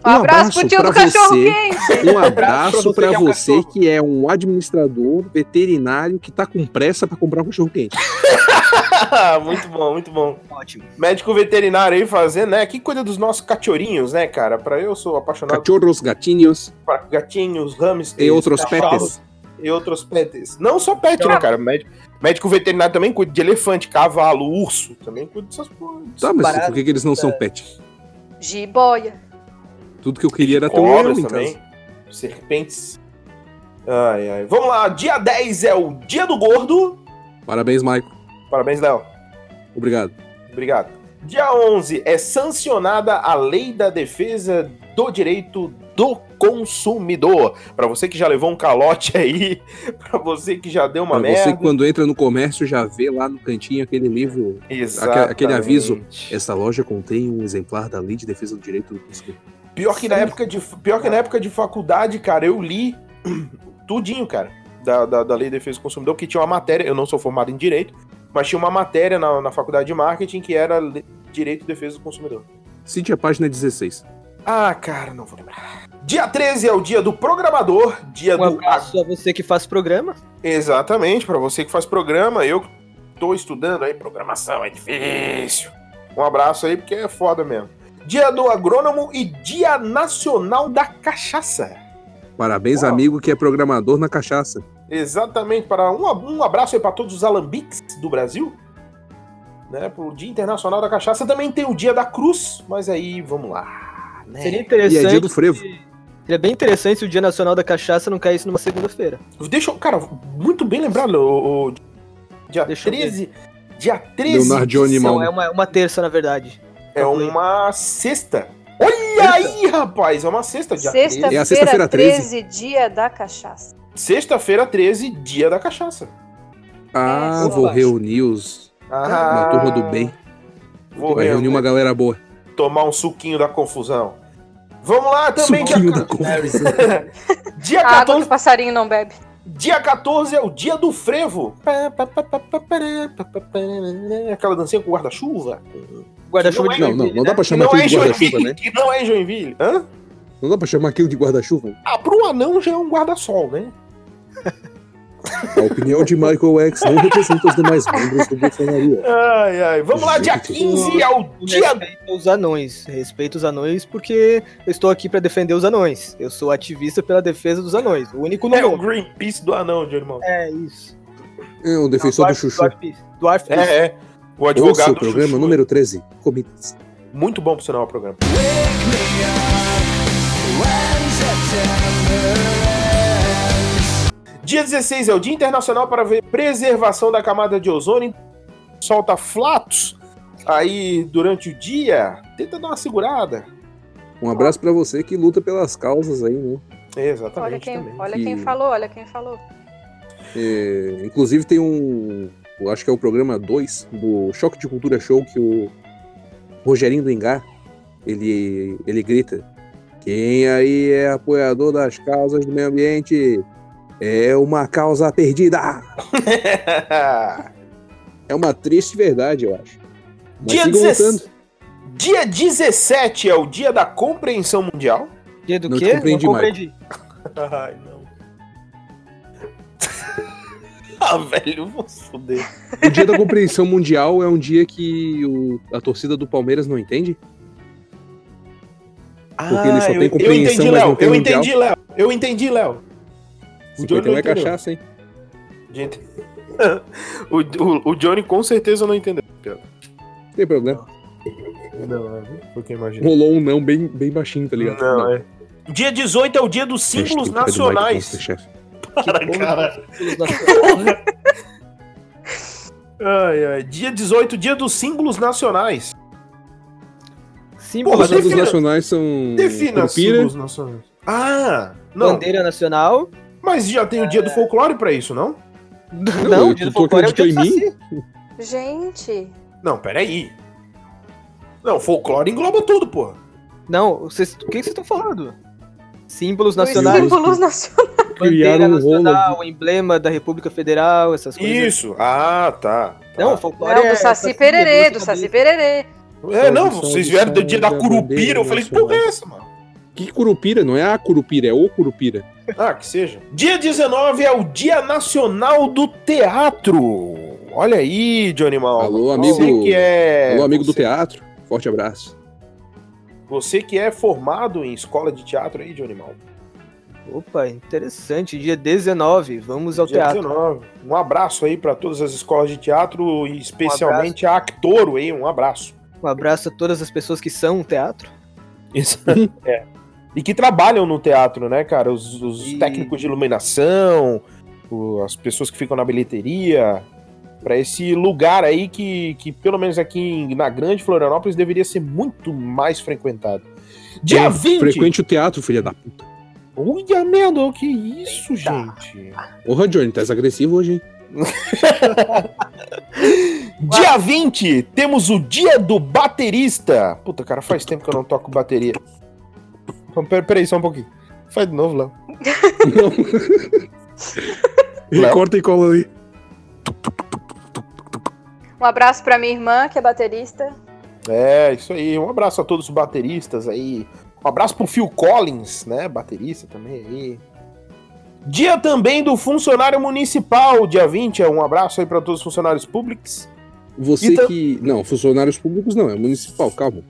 Speaker 5: Um abraço pro tio do cachorro
Speaker 1: você.
Speaker 5: quente.
Speaker 1: Um
Speaker 2: (laughs)
Speaker 1: abraço pra
Speaker 2: que é um
Speaker 1: você
Speaker 2: cachorro.
Speaker 1: que é um administrador veterinário que tá com pressa pra comprar um cachorro quente.
Speaker 2: Ah, muito bom, muito bom.
Speaker 1: Um
Speaker 4: Ótimo.
Speaker 2: Médico veterinário aí fazendo, né? Que cuida dos nossos cachorrinhos, né, cara? Pra eu sou apaixonado
Speaker 1: Cachorros, gatinhos
Speaker 2: por gatinhos, hamsters,
Speaker 1: e outros
Speaker 2: cachorros
Speaker 1: petes.
Speaker 2: E outros pets. Não só pet, né, cara? Médico, médico veterinário também cuida de elefante, cavalo, urso. Também cuida dessas coisas.
Speaker 1: Tá, mas
Speaker 4: Barato,
Speaker 1: por que, que eles não são pet?
Speaker 5: Jiboia.
Speaker 1: Tudo que eu queria era ter um
Speaker 2: Cobras
Speaker 1: leão em
Speaker 2: também.
Speaker 1: casa.
Speaker 2: Serpentes. Ai, ai. Vamos lá, dia 10 é o dia do gordo.
Speaker 1: Parabéns, Maico.
Speaker 2: Parabéns, Léo.
Speaker 1: Obrigado.
Speaker 2: Obrigado. Dia 11 é sancionada a Lei da Defesa do Direito do Consumidor. Pra você que já levou um calote (laughs) aí, pra você que já deu uma
Speaker 1: Pra
Speaker 2: merda.
Speaker 1: você que quando entra no comércio já vê lá no cantinho aquele livro.
Speaker 2: Exatamente.
Speaker 1: aquele aviso. Esta loja contém um exemplar da Lei de Defesa do Direito do Consumidor.
Speaker 2: Pior que, na época de, pior que na época de faculdade, cara, eu li (clears throat) tudinho, cara, da, da, da Lei de Defesa do Consumidor, que tinha uma matéria, eu não sou formado em Direito, mas tinha uma matéria na, na faculdade de Marketing que era Le- Direito e Defesa do Consumidor.
Speaker 1: Cite a página 16.
Speaker 2: Ah, cara, não vou lembrar. Dia 13 é o dia do programador, dia
Speaker 4: Um
Speaker 2: do...
Speaker 4: abraço a você que faz programa.
Speaker 2: Exatamente, pra você que faz programa, eu tô estudando aí, programação é difícil. Um abraço aí, porque é foda mesmo. Dia do agrônomo e dia nacional da cachaça.
Speaker 1: Parabéns,
Speaker 2: Uau. É,
Speaker 1: amigo que é programador na cachaça.
Speaker 2: Exatamente, para um, um abraço aí para todos os alambiques do Brasil. Né, pro Dia Internacional da Cachaça também tem o Dia da Cruz, mas aí vamos lá. né?
Speaker 4: Seria interessante.
Speaker 1: E é dia do frevo.
Speaker 4: se- Seria bem interessante se o Dia Nacional da Cachaça não caísse numa segunda-feira.
Speaker 2: Deixa eu, cara, muito bem lembrado, o, o dia
Speaker 4: Deixa eu ver.
Speaker 2: 13, dia 13
Speaker 1: Leonardo
Speaker 2: de
Speaker 1: Johnny
Speaker 2: são-
Speaker 1: Mal.
Speaker 4: Não, é uma, uma terça, na verdade.
Speaker 2: é uma sexta. Olha aí, rapaz, é uma sexta, dia 13.
Speaker 1: É a
Speaker 5: Sexta-feira,
Speaker 1: sexta-feira
Speaker 5: 13, dia da cachaça.
Speaker 2: Sexta-feira 13, dia da cachaça.
Speaker 1: Ah,
Speaker 5: só
Speaker 1: vou
Speaker 4: baixo.
Speaker 1: reunir os.
Speaker 4: Ah,
Speaker 1: Uma turma do bem.
Speaker 2: Ah, Vou
Speaker 1: Vai reunir uma galera boa.
Speaker 2: tomar um suquinho da confusão. Vamos lá também, tá
Speaker 1: Suquinho
Speaker 2: dia
Speaker 1: da confusão.
Speaker 2: (laughs) Dia
Speaker 5: A água que
Speaker 2: 14,
Speaker 5: o passarinho não bebe.
Speaker 2: dia 14 é o dia do frevo. né? Aquela dancinha com guarda-chuva.
Speaker 4: Guarda-chuva
Speaker 2: Não
Speaker 4: de
Speaker 2: é-
Speaker 1: Não, não, não dá pra
Speaker 2: Que
Speaker 1: chamar
Speaker 2: não
Speaker 1: aquilo
Speaker 2: é em
Speaker 1: de guarda-chuva,
Speaker 2: Joinville.
Speaker 1: né?
Speaker 2: Que não é em Joinville. Hã?
Speaker 1: Não dá pra chamar aquilo de guarda-chuva.
Speaker 2: Ah, para um anão já é um guarda-sol, né?
Speaker 1: A opinião de Michael X não representa os demais membros do Bolsonaro.
Speaker 2: Ai, ai. Vamos lá, dia
Speaker 1: Gente.
Speaker 2: 15 é o dia.
Speaker 4: Respeito aos anões. Respeito os anões porque eu estou aqui pra defender os anões. Eu sou ativista pela defesa dos anões. O único no
Speaker 2: É o
Speaker 4: mundo.
Speaker 2: Greenpeace do anão, de irmão.
Speaker 4: É isso.
Speaker 1: É um defensor do chuchu.
Speaker 4: Dwarf Peace. Dwarf Peace.
Speaker 2: É, é. O
Speaker 1: Ouça
Speaker 2: advogado.
Speaker 1: o
Speaker 2: do
Speaker 1: programa
Speaker 2: Chuchu.
Speaker 1: número 13. Comitas.
Speaker 2: Muito bom pro sinal o programa. Dia 16 é o Dia Internacional para ver preservação da camada de ozônio. Solta flatos aí durante o dia. Tenta dar uma segurada.
Speaker 1: Um abraço pra você que luta pelas causas aí, né?
Speaker 2: Exatamente.
Speaker 5: Olha
Speaker 2: (laughs)
Speaker 5: quem,
Speaker 2: também.
Speaker 5: olha
Speaker 1: E-
Speaker 5: quem falou, olha quem falou.
Speaker 1: É, inclusive tem um. eu acho que é o programa 2 do Choque de Cultura Show que o Rogerinho do Engar ele, ele grita. Quem aí é apoiador das causas do meio ambiente é uma causa perdida. É uma triste verdade, eu acho. Mas
Speaker 2: dia,
Speaker 1: sigam
Speaker 2: 16...
Speaker 1: lutando.
Speaker 2: dia 17 é o Dia da Compreensão Mundial.
Speaker 4: Dia do
Speaker 1: Não te
Speaker 4: quê?
Speaker 1: compreendi,
Speaker 4: não compreendi.
Speaker 2: (laughs) Ai, não. (laughs) ah, velho, eu vou se fuder.
Speaker 1: O dia da compreensão mundial é um dia que o- a torcida do Palmeiras não entende? Porque ele só tem
Speaker 2: Ah, eu, eu
Speaker 1: compreensão,
Speaker 2: entendi,
Speaker 1: mas
Speaker 2: Léo.
Speaker 1: não tem um
Speaker 2: Eu
Speaker 1: mundial.
Speaker 2: entendi, Léo. Eu entendi, Léo. O Johnny
Speaker 1: Então
Speaker 2: não
Speaker 1: é
Speaker 2: entendeu.
Speaker 1: cachaça, hein?
Speaker 2: Gente. (laughs) o, o, o Johnny com certeza não entendeu.
Speaker 1: Não tem problema.
Speaker 2: Não, porque imagina.
Speaker 1: Rolou um não bem, bem baixinho, tá ligado?
Speaker 2: Não, é. Dia 18 é o dia dos símbolos
Speaker 1: Tem que ficar de baile com você,
Speaker 2: nacionais.
Speaker 1: chefe.
Speaker 2: Para, cara. Ai, ai. Dia 18, dia dos símbolos nacionais.
Speaker 1: Os
Speaker 2: Mas
Speaker 4: Símbolo
Speaker 1: símbolos
Speaker 2: defina-
Speaker 1: nacionais são
Speaker 2: Defina
Speaker 1: Curupira,
Speaker 2: símbolos nacionais. Ah, não.
Speaker 4: bandeira nacional.
Speaker 2: Mas já tem o dia do folclore pra isso, não?
Speaker 4: Não,
Speaker 1: eu
Speaker 4: o dia do
Speaker 1: tô
Speaker 4: folclore é o dia do
Speaker 1: acreditando em
Speaker 4: saci.
Speaker 5: Gente,
Speaker 2: Não, peraí. Não, folclore engloba tudo, porra.
Speaker 4: Não, vocês, o que vocês estão falando? Símbolos
Speaker 5: os
Speaker 1: Nacionais.
Speaker 4: nacionais,
Speaker 5: símbolos nacionais.
Speaker 4: bandeira
Speaker 1: criaram um rolo
Speaker 4: nacional, emblema da República Federal, essas coisas.
Speaker 2: Isso. Ah, tá. tá.
Speaker 4: Não, folclore
Speaker 5: Não,
Speaker 4: é
Speaker 5: do Saci Pererê, do Saci Pererê.
Speaker 2: É, não,
Speaker 1: Salve,
Speaker 2: vocês
Speaker 1: salve,
Speaker 2: vieram do
Speaker 1: salve
Speaker 2: dia da
Speaker 1: da
Speaker 2: Curupira, eu falei, que
Speaker 1: bandeira
Speaker 2: porra é essa, mano?
Speaker 1: Que Curupira? Não é a Curupira, é o Curupira.
Speaker 2: Ah, que seja. Dia 19 é o Dia Nacional do Teatro. Olha aí, Johnny Mal.
Speaker 1: Alô,
Speaker 2: Você
Speaker 1: amigo-
Speaker 2: que é...
Speaker 1: Alô, amigo do
Speaker 2: você-
Speaker 1: teatro, forte abraço.
Speaker 2: Você que é formado em escola de teatro aí, Johnny Mal.
Speaker 4: Opa, interessante. Dia 19, vamos ao
Speaker 2: Dia
Speaker 4: É teatro.
Speaker 2: 19. Um abraço aí pra todas as escolas de teatro, e especialmente a Actoro aí, um abraço.
Speaker 4: Um abraço a todas as pessoas que são um teatro.
Speaker 2: Isso. E que trabalham no teatro, né, cara? Os, os
Speaker 4: E-
Speaker 2: técnicos de iluminação, o- as pessoas que ficam na bilheteria. Pra esse lugar aí que, que, pelo menos aqui em- na Grande Florianópolis, deveria ser muito mais frequentado. Dia
Speaker 1: É,
Speaker 2: 20!
Speaker 1: Frequente o teatro, filha da puta.
Speaker 2: Uia, Mendo, que isso, gente?
Speaker 1: Porra, Johnny, tá agressivo hoje, hein? (laughs)
Speaker 2: Dia 20, temos o dia do baterista. Puta, cara, faz tempo que eu não toco bateria. Então, pera- Peraí, só um pouquinho. Faz de novo, Léo.
Speaker 1: Não. Ele
Speaker 2: Léo?
Speaker 1: corta e cola aí.
Speaker 5: Um abraço pra minha irmã, que é baterista.
Speaker 2: É, isso aí. Um abraço a todos os bateristas aí. Um abraço pro Phil Collins, né? Baterista também aí. Dia também do funcionário municipal, dia 20. é Um abraço aí pra todos os funcionários públicos.
Speaker 1: Você
Speaker 2: Então-
Speaker 1: que. Não, funcionários públicos não, é municipal, calma.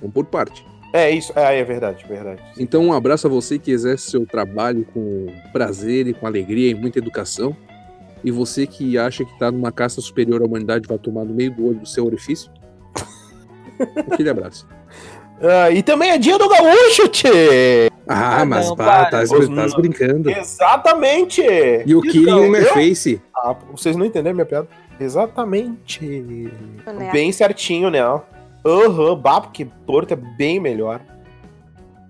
Speaker 1: Vamos por parte.
Speaker 2: É isso. É, é verdade, verdade.
Speaker 1: Então, um abraço a você que exerce seu trabalho com prazer e com alegria e muita educação. E você que acha que tá numa caça superior à humanidade vai tomar no meio do olho do seu orifício. Aquele abraço.
Speaker 2: Ah, e também é dia do gaúcho, tchê!
Speaker 1: Ah,
Speaker 4: Ah,
Speaker 1: mas
Speaker 4: não,
Speaker 1: pá,
Speaker 4: para.
Speaker 1: tá,
Speaker 2: Os-
Speaker 1: tá brincando.
Speaker 2: Exatamente!
Speaker 1: E o Kirin não é
Speaker 2: eu-
Speaker 1: face.
Speaker 2: Ah, vocês não entenderam minha piada? Exatamente.
Speaker 5: Né?
Speaker 2: Bem certinho, né? Aham, papo que torto é bem melhor.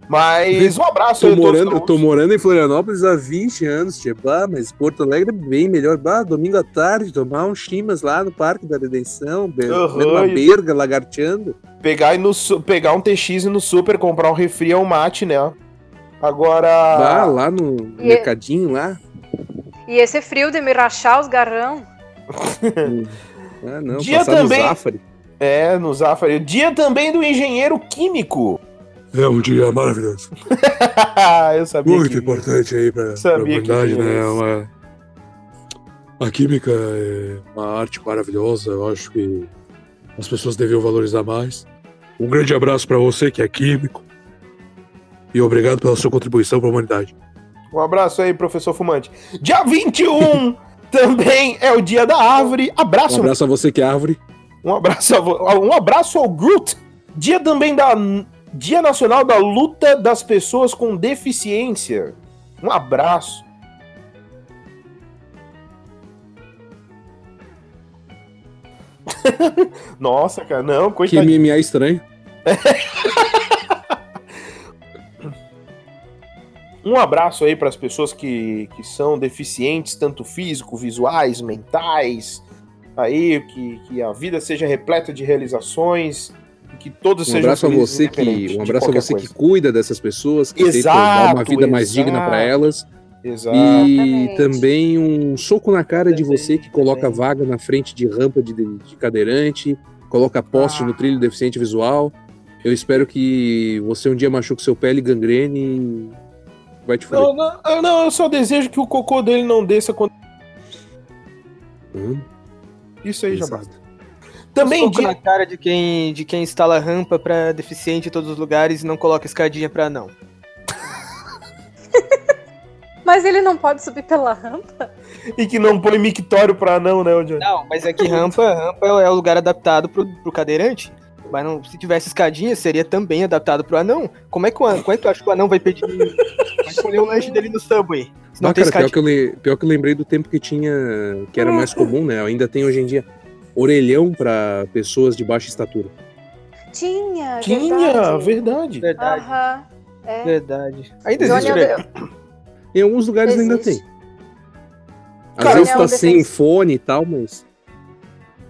Speaker 2: Mas um abraço
Speaker 1: Tô
Speaker 2: aí a todos
Speaker 1: morando,
Speaker 2: os
Speaker 1: tô morando em Florianópolis há 20 anos, tia. Bah, mas Porto Alegre é bem melhor. Bah, domingo à tarde, tomar um chimas lá no Parque da Redenção, be-
Speaker 2: Aham,
Speaker 1: comer uma
Speaker 2: e-
Speaker 1: berga, lagarteando.
Speaker 2: pegar, e no, su- pegar um TX e no super, comprar um refri ou um mate, né?
Speaker 1: Bah,
Speaker 2: Agora.
Speaker 1: lá no
Speaker 5: E-
Speaker 1: mercadinho lá.
Speaker 5: E esse frio de me rachar os garrão.
Speaker 1: Ah, não,
Speaker 2: Dia
Speaker 1: passar
Speaker 2: também-
Speaker 1: no Zafari.
Speaker 2: É, no Zafari. O dia também do engenheiro químico. (laughs)
Speaker 1: É um dia maravilhoso.
Speaker 2: Eu sabia. que-
Speaker 1: importante aí pra, É
Speaker 2: Sabia pra humanidade, que vinha né? isso.
Speaker 1: A química é uma arte maravilhosa. Eu acho que as pessoas deviam valorizar mais. Um grande abraço para você que é químico. E obrigado pela sua contribuição para a humanidade.
Speaker 2: Um abraço aí, professor Fumante. Dia 21 (laughs) também é o dia da árvore. Abraço,
Speaker 1: Um abraço a você que é árvore.
Speaker 2: Um abraço, a vo- um abraço ao Groot. Dia também da Dia Nacional da Luta das Pessoas com Deficiência. Um abraço. (laughs) Nossa, cara, não,
Speaker 1: Que
Speaker 2: coitadinho.
Speaker 1: MMA estranho.
Speaker 2: Um abraço aí para as pessoas que, que são deficientes, tanto físico, visuais, mentais. Aí, que, que a vida seja repleta de realizações e que todos
Speaker 1: Um
Speaker 2: sejam
Speaker 1: abraço a
Speaker 2: felizes,
Speaker 1: você que,
Speaker 2: independente
Speaker 1: um
Speaker 2: de
Speaker 1: abraço a
Speaker 2: qualquer
Speaker 1: você que
Speaker 2: coisa.
Speaker 1: cuida dessas pessoas, que tenta dar uma
Speaker 2: Exato,
Speaker 1: vida mais digna
Speaker 2: exato.
Speaker 1: para elas.
Speaker 2: Exato.
Speaker 1: E
Speaker 5: Exatamente.
Speaker 1: também um soco na cara de
Speaker 4: Também,
Speaker 1: você que coloca
Speaker 4: também.
Speaker 1: vaga na frente de rampa de, de cadeirante, coloca poste
Speaker 2: Ah.
Speaker 1: no trilho deficiente visual. Eu espero que você um dia machuque seu pé e gangrene e vai te foder.
Speaker 2: Não, não, eu- não, eu só desejo que o cocô dele não desça quando.
Speaker 1: Hum,
Speaker 2: Isso aí já
Speaker 1: exato.
Speaker 2: basta. Também
Speaker 4: um Soco na
Speaker 2: dia,
Speaker 4: cara de quem, de quem instala rampa pra deficiente em todos os lugares e não coloca escadinha pra não.
Speaker 5: Mas ele não pode subir pela rampa?
Speaker 2: e que não põe mictório pra não, né, ô Johnny?
Speaker 4: Não, mas é que rampa, rampa é o lugar adaptado pro, pro cadeirante. Mas não, se tivesse escadinha, seria também adaptado pro anão. Como é que, o anão, como é que tu acha que o anão vai pedir. Vai escolher o lanche dele no Subway? Se não
Speaker 1: Ah,
Speaker 4: tem
Speaker 1: cara, pior
Speaker 4: escadinha.
Speaker 1: que, eu le- pior que eu lembrei do tempo que tinha, que era mais comum, né? Ainda tem hoje em dia orelhão para pessoas de baixa estatura.
Speaker 5: Tinha, é
Speaker 2: Tinha,
Speaker 5: verdade.
Speaker 2: É verdade.
Speaker 4: Verdade,
Speaker 5: Aham. É.
Speaker 4: verdade. Ah, Ainda
Speaker 1: Johnny
Speaker 4: existe,
Speaker 5: Johnny,
Speaker 1: é
Speaker 4: velho.
Speaker 5: eu-
Speaker 1: Em alguns lugares ainda tem.
Speaker 5: Existe.
Speaker 1: Às
Speaker 2: Cara,
Speaker 1: vezes
Speaker 5: é um
Speaker 1: tá sem
Speaker 5: defen-
Speaker 1: fone e tal, mas.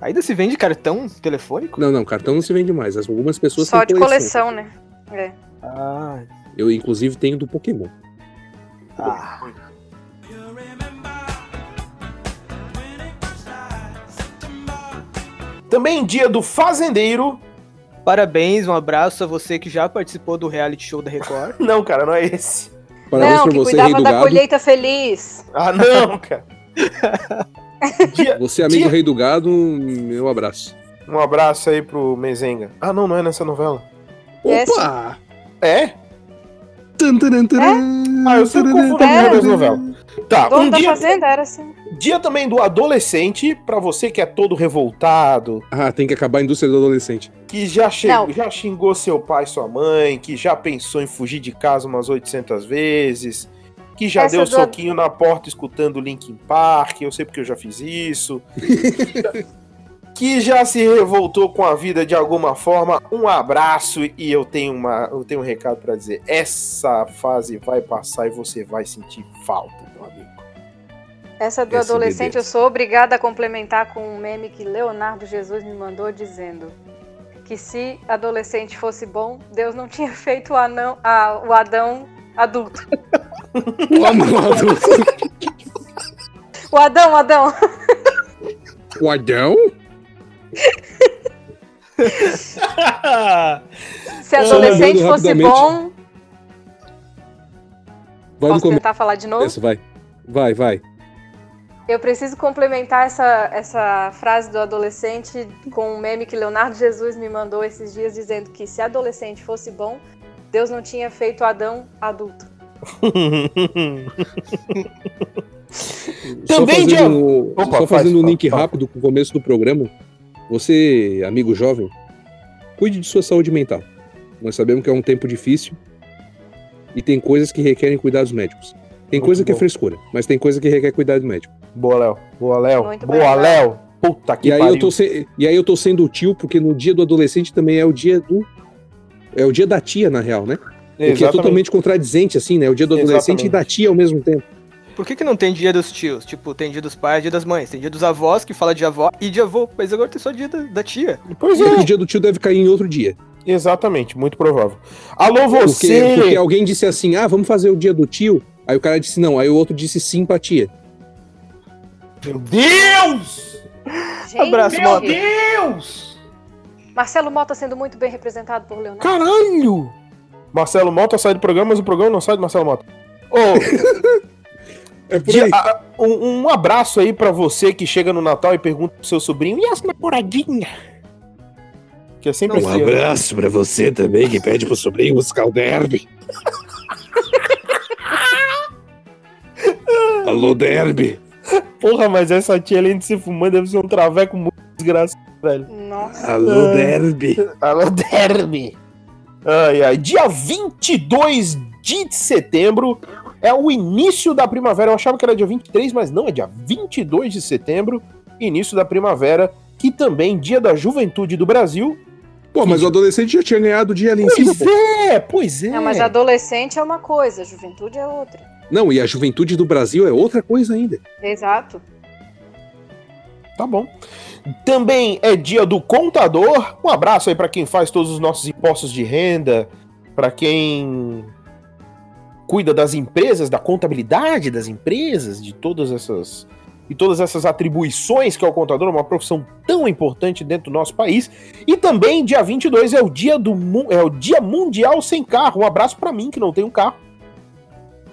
Speaker 4: Ainda se vende cartão telefônico?
Speaker 1: Não, não, cartão não se vende mais. Algumas pessoas
Speaker 5: Só
Speaker 1: têm
Speaker 5: de coleção, né? É.
Speaker 4: Ah,
Speaker 1: Eu, inclusive, tenho do Pokémon.
Speaker 4: ah.
Speaker 2: É. Também dia do fazendeiro.
Speaker 4: Parabéns, um abraço a você que já participou do reality show da Record.
Speaker 2: Não, cara, não é esse.
Speaker 1: Parabéns
Speaker 5: não,
Speaker 1: pra
Speaker 5: que
Speaker 1: você,
Speaker 5: cuidava
Speaker 1: rei do
Speaker 5: da
Speaker 1: gado.
Speaker 5: colheita feliz.
Speaker 2: (laughs) Ah, não, cara. Dia-
Speaker 1: Você, amigo
Speaker 2: Dia-
Speaker 1: rei do gado, meu abraço.
Speaker 2: Um abraço aí pro Mezenga. Ah, não, não é nessa novela.
Speaker 5: Yes.
Speaker 1: Opa!
Speaker 2: É?
Speaker 5: assim.
Speaker 1: Tan, taran, taran,
Speaker 2: Ah, eu sempre
Speaker 1: taran,
Speaker 2: confundo
Speaker 1: taran,
Speaker 2: as
Speaker 5: É.
Speaker 2: novelas. Tá,
Speaker 5: Dono
Speaker 2: um
Speaker 5: da
Speaker 2: dia,
Speaker 5: fazenda era assim.
Speaker 2: Dia também do adolescente, pra você que é todo revoltado,
Speaker 1: Ah, tem que acabar a indústria do adolescente.
Speaker 2: que já, chegou,
Speaker 5: Não.
Speaker 2: já xingou seu pai, sua mãe, que já pensou em fugir de casa umas 800 vezes, que já
Speaker 5: Essa é
Speaker 2: deu
Speaker 5: do-
Speaker 2: soquinho na porta escutando Linkin Park, eu sei porque eu já fiz
Speaker 5: (laughs)
Speaker 2: isso. que já se revoltou com a vida de alguma forma. Um abraço e eu tenho, uma, eu tenho um recado pra dizer. Essa fase vai passar e você vai sentir falta, meu amigo.
Speaker 5: Essa do
Speaker 1: Esse
Speaker 5: adolescente
Speaker 1: bebê.
Speaker 5: eu sou obrigada a complementar com um meme que Leonardo Jesus me mandou dizendo que se adolescente fosse bom, Deus não tinha (laughs) feito o, anão, a- o Adão adulto.
Speaker 1: O anão
Speaker 5: (laughs)
Speaker 1: adulto.
Speaker 5: O Adão, Adão!
Speaker 1: O Adão?
Speaker 5: Se adolescente
Speaker 1: Só lembrando
Speaker 5: fosse bom,
Speaker 1: rapidamente- Vamos
Speaker 5: posso
Speaker 1: começar.
Speaker 5: tentar falar de novo?
Speaker 1: Isso, vai. Vai, vai.
Speaker 5: Eu preciso complementar essa, essa frase do adolescente com um meme que Leonardo Jesus me mandou esses dias dizendo que se adolescente fosse bom, Deus não tinha feito Adão adulto.
Speaker 2: Também
Speaker 1: só
Speaker 2: dia-
Speaker 1: fazendo, um-
Speaker 2: Opa,
Speaker 1: só
Speaker 2: faz,
Speaker 1: fazendo um
Speaker 2: fala,
Speaker 1: link
Speaker 2: fala.
Speaker 1: rápido com o começo do programa. Você, amigo jovem, cuide de sua saúde mental. Nós sabemos que é um tempo difícil e tem coisas que requerem cuidados médicos. Tem
Speaker 2: Muito
Speaker 1: coisa que é
Speaker 2: bom.
Speaker 1: frescura, mas tem coisa que requer cuidado médico.
Speaker 2: Boa, Léo. Boa, Léo.
Speaker 5: Muito
Speaker 2: Boa,
Speaker 5: bem,
Speaker 2: Léo. Puta que
Speaker 1: E aí,
Speaker 2: pariu.
Speaker 1: eu tô é se- e aí eu tô sendo tio, porque no dia do adolescente também é o dia do. É o dia da tia, na real, né? O que é
Speaker 2: Exatamente.
Speaker 1: totalmente contradizente, assim, né? O dia do adolescente e da tia ao mesmo tempo.
Speaker 4: Por que, que não tem dia dos tios? Tipo, tem dia dos pais, dia das mães, tem dia dos avós que fala de avó e de avô, mas agora tem só dia da, da tia.
Speaker 2: Pois
Speaker 1: (laughs) É que
Speaker 2: é,
Speaker 1: o dia do tio deve cair em outro dia.
Speaker 2: exatamente, muito provável. Alô,
Speaker 1: Porque,
Speaker 2: você!
Speaker 1: porque alguém disse assim, ah, vamos fazer o dia do tio. Aí o cara disse não, aí o outro disse simpatia.
Speaker 2: Meu Deus!
Speaker 5: Gente,
Speaker 4: Abraço,
Speaker 2: Meu
Speaker 4: Mota.
Speaker 2: Deus!
Speaker 5: Marcelo Mota sendo muito bem representado por Leonardo.
Speaker 2: Caralho! Marcelo Mota sai do programa, mas o programa não sai do Marcelo Mota. Ô,
Speaker 1: É
Speaker 2: dia- a- a- um, um abraço aí pra você que chega no Natal e pergunta pro seu sobrinho, e essa namoradinha? Que é sempre
Speaker 4: Não,
Speaker 2: assim. né?
Speaker 1: Um abraço pra você também, que pede pro sobrinho buscar o (laughs) derby. Alô, derby.
Speaker 2: Porra, mas essa tia, além de se fumando, deve ser um traveco muito desgraçado, velho.
Speaker 5: Nossa.
Speaker 1: Alô, derby.
Speaker 2: Alô, (laughs) Derby. Ai, ai. Dia 22 de setembro é o início da primavera. Eu achava que era dia 23, mas não, é dia 22 de setembro, início da primavera, que também dia da juventude do Brasil.
Speaker 1: Pô, mas o adolescente já tinha ganhado o dia ali em cima.
Speaker 2: Pois
Speaker 1: pô.
Speaker 2: é, pois é.
Speaker 5: Não, mas adolescente é uma coisa, juventude é outra.
Speaker 1: Não, e a juventude do Brasil é outra coisa ainda.
Speaker 5: Exato.
Speaker 2: Tá bom. Também é dia do contador. Um abraço aí pra quem faz todos os nossos impostos de renda, pra quem cuida das empresas, da contabilidade das empresas, de todas essas e todas essas atribuições que é o contador, uma profissão tão importante dentro do nosso país. E também dia 22 é o dia do mu- é o dia mundial sem carro. Um abraço pra mim que não tenho carro.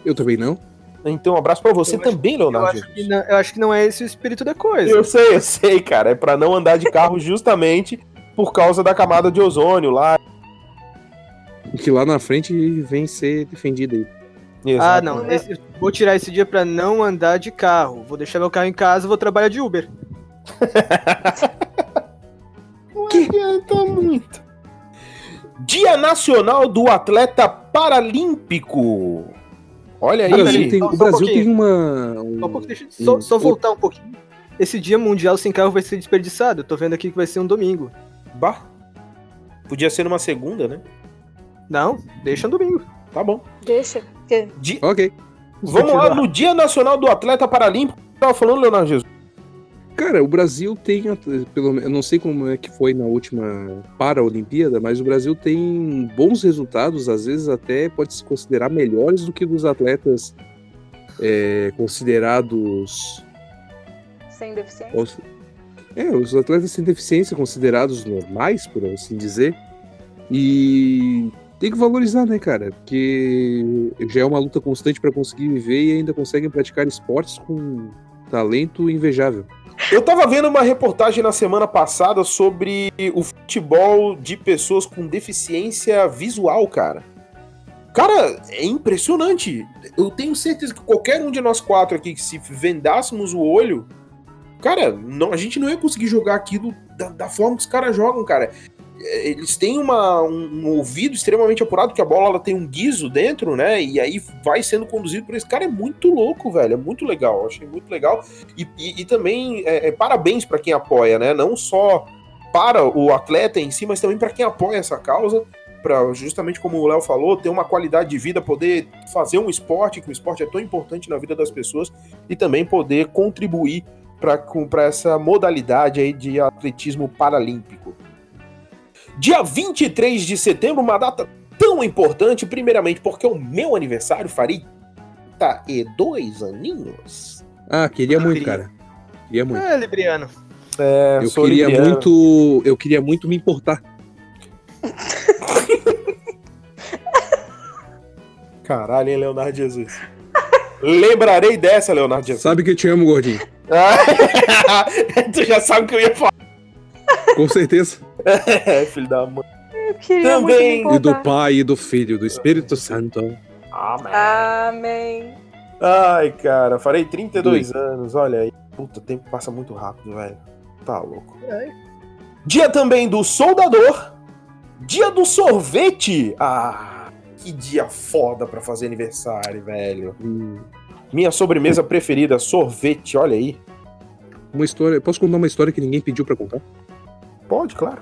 Speaker 1: Eu também não.
Speaker 2: Então um abraço pra você
Speaker 4: Eu acho-
Speaker 2: também,
Speaker 4: Eu
Speaker 2: Leonardo.
Speaker 4: acho, que não, eu acho que não é esse o espírito da coisa.
Speaker 2: Eu sei, eu sei, cara. É pra não andar de carro justamente por causa da camada de ozônio lá.
Speaker 1: Que lá na frente vem ser defendido aí.
Speaker 4: Ah,
Speaker 2: Exato.
Speaker 5: No
Speaker 4: não.
Speaker 5: meu-
Speaker 4: esse- vou tirar esse dia pra não andar de carro. Vou deixar meu carro em casa, vou trabalhar de Uber.
Speaker 2: Não adianta muito. Dia Nacional do Atleta Paralímpico. Olha aí.
Speaker 1: O Brasil tem,
Speaker 4: só
Speaker 1: o
Speaker 4: um
Speaker 1: Brasil
Speaker 4: pouquinho.
Speaker 1: tem uma.
Speaker 4: Só, um
Speaker 1: um-
Speaker 4: pouco, deixa- só- só
Speaker 1: Hum.
Speaker 4: voltar um pouquinho. Esse dia mundial sem carro vai ser desperdiçado. Eu tô vendo aqui que vai ser um domingo.
Speaker 2: Bah. Podia ser numa segunda, né?
Speaker 4: Não, deixa um domingo.
Speaker 2: Tá bom.
Speaker 5: Deixa. porque-
Speaker 2: Di-
Speaker 1: Ok.
Speaker 2: Vamos lá no Dia Nacional do Atleta Paralímpico. Tava falando, Leonardo Jesus.
Speaker 1: Cara, o Brasil tem, pelo menos, eu não sei como é que foi na última Paralimpíada, mas o Brasil tem bons resultados, às vezes até pode se considerar melhores do que dos atletas é, considerados.
Speaker 5: Sem deficiência.
Speaker 1: os- É, os atletas sem deficiência considerados normais, por assim dizer. E tem que valorizar, né, cara? Porque já é uma luta constante para conseguir viver e ainda conseguem praticar esportes com talento invejável.
Speaker 2: Eu tava vendo uma reportagem na semana passada sobre o futebol de pessoas com deficiência visual, cara. Cara, é impressionante. Eu tenho certeza que qualquer um de nós quatro aqui, que se vendássemos o olho, cara, não, a gente não ia conseguir jogar aquilo da, da forma que os caras jogam, cara. É, Eles têm uma, um, um ouvido extremamente apurado, que a bola ela tem um guiso dentro, né? E aí vai sendo conduzido por esse cara. É muito louco, velho. É muito legal. Eu achei muito legal. E, e- e também é, é, parabéns para quem apoia, né? Não só para o atleta em si, mas também para quem apoia essa causa. Pra, justamente como o Léo falou, ter uma qualidade de vida, poder fazer um esporte, que o esporte é tão importante na vida das pessoas, e também poder contribuir para essa modalidade aí de atletismo paralímpico. Dia 23 de setembro, uma data tão importante, primeiramente porque é o meu aniversário, farei 32 aninhos.
Speaker 1: Ah, queria muito,
Speaker 4: queria.
Speaker 1: cara. Queria
Speaker 2: Hum.
Speaker 1: muito.
Speaker 4: Ah, Libriano.
Speaker 2: É,
Speaker 1: eu queria muito, eu queria muito me importar.
Speaker 2: Caralho, hein, Leonardo Jesus. Lembrarei dessa, Leonardo Jesus.
Speaker 1: Sabe que eu te amo, gordinho.
Speaker 2: (laughs) Ah, tu já sabe o que eu ia falar,
Speaker 1: Com certeza.
Speaker 2: É, filho da mãe.
Speaker 5: Eu queria
Speaker 2: Também.
Speaker 5: muito me
Speaker 1: E do
Speaker 5: importar.
Speaker 1: Pai, e do Filho, e do Espírito Santo.
Speaker 5: Amém.
Speaker 2: Ah, Ai, cara, farei 32 anos, olha aí. Puta, o tempo passa muito rápido, velho. Tá louco. Dia também do soldador. Dia do sorvete. Ah, que dia foda pra fazer aniversário, velho.
Speaker 1: Hum,
Speaker 2: Minha sobremesa preferida, sorvete, olha aí.
Speaker 1: Uma história. Posso contar uma história que ninguém pediu pra contar?
Speaker 2: Pode, claro.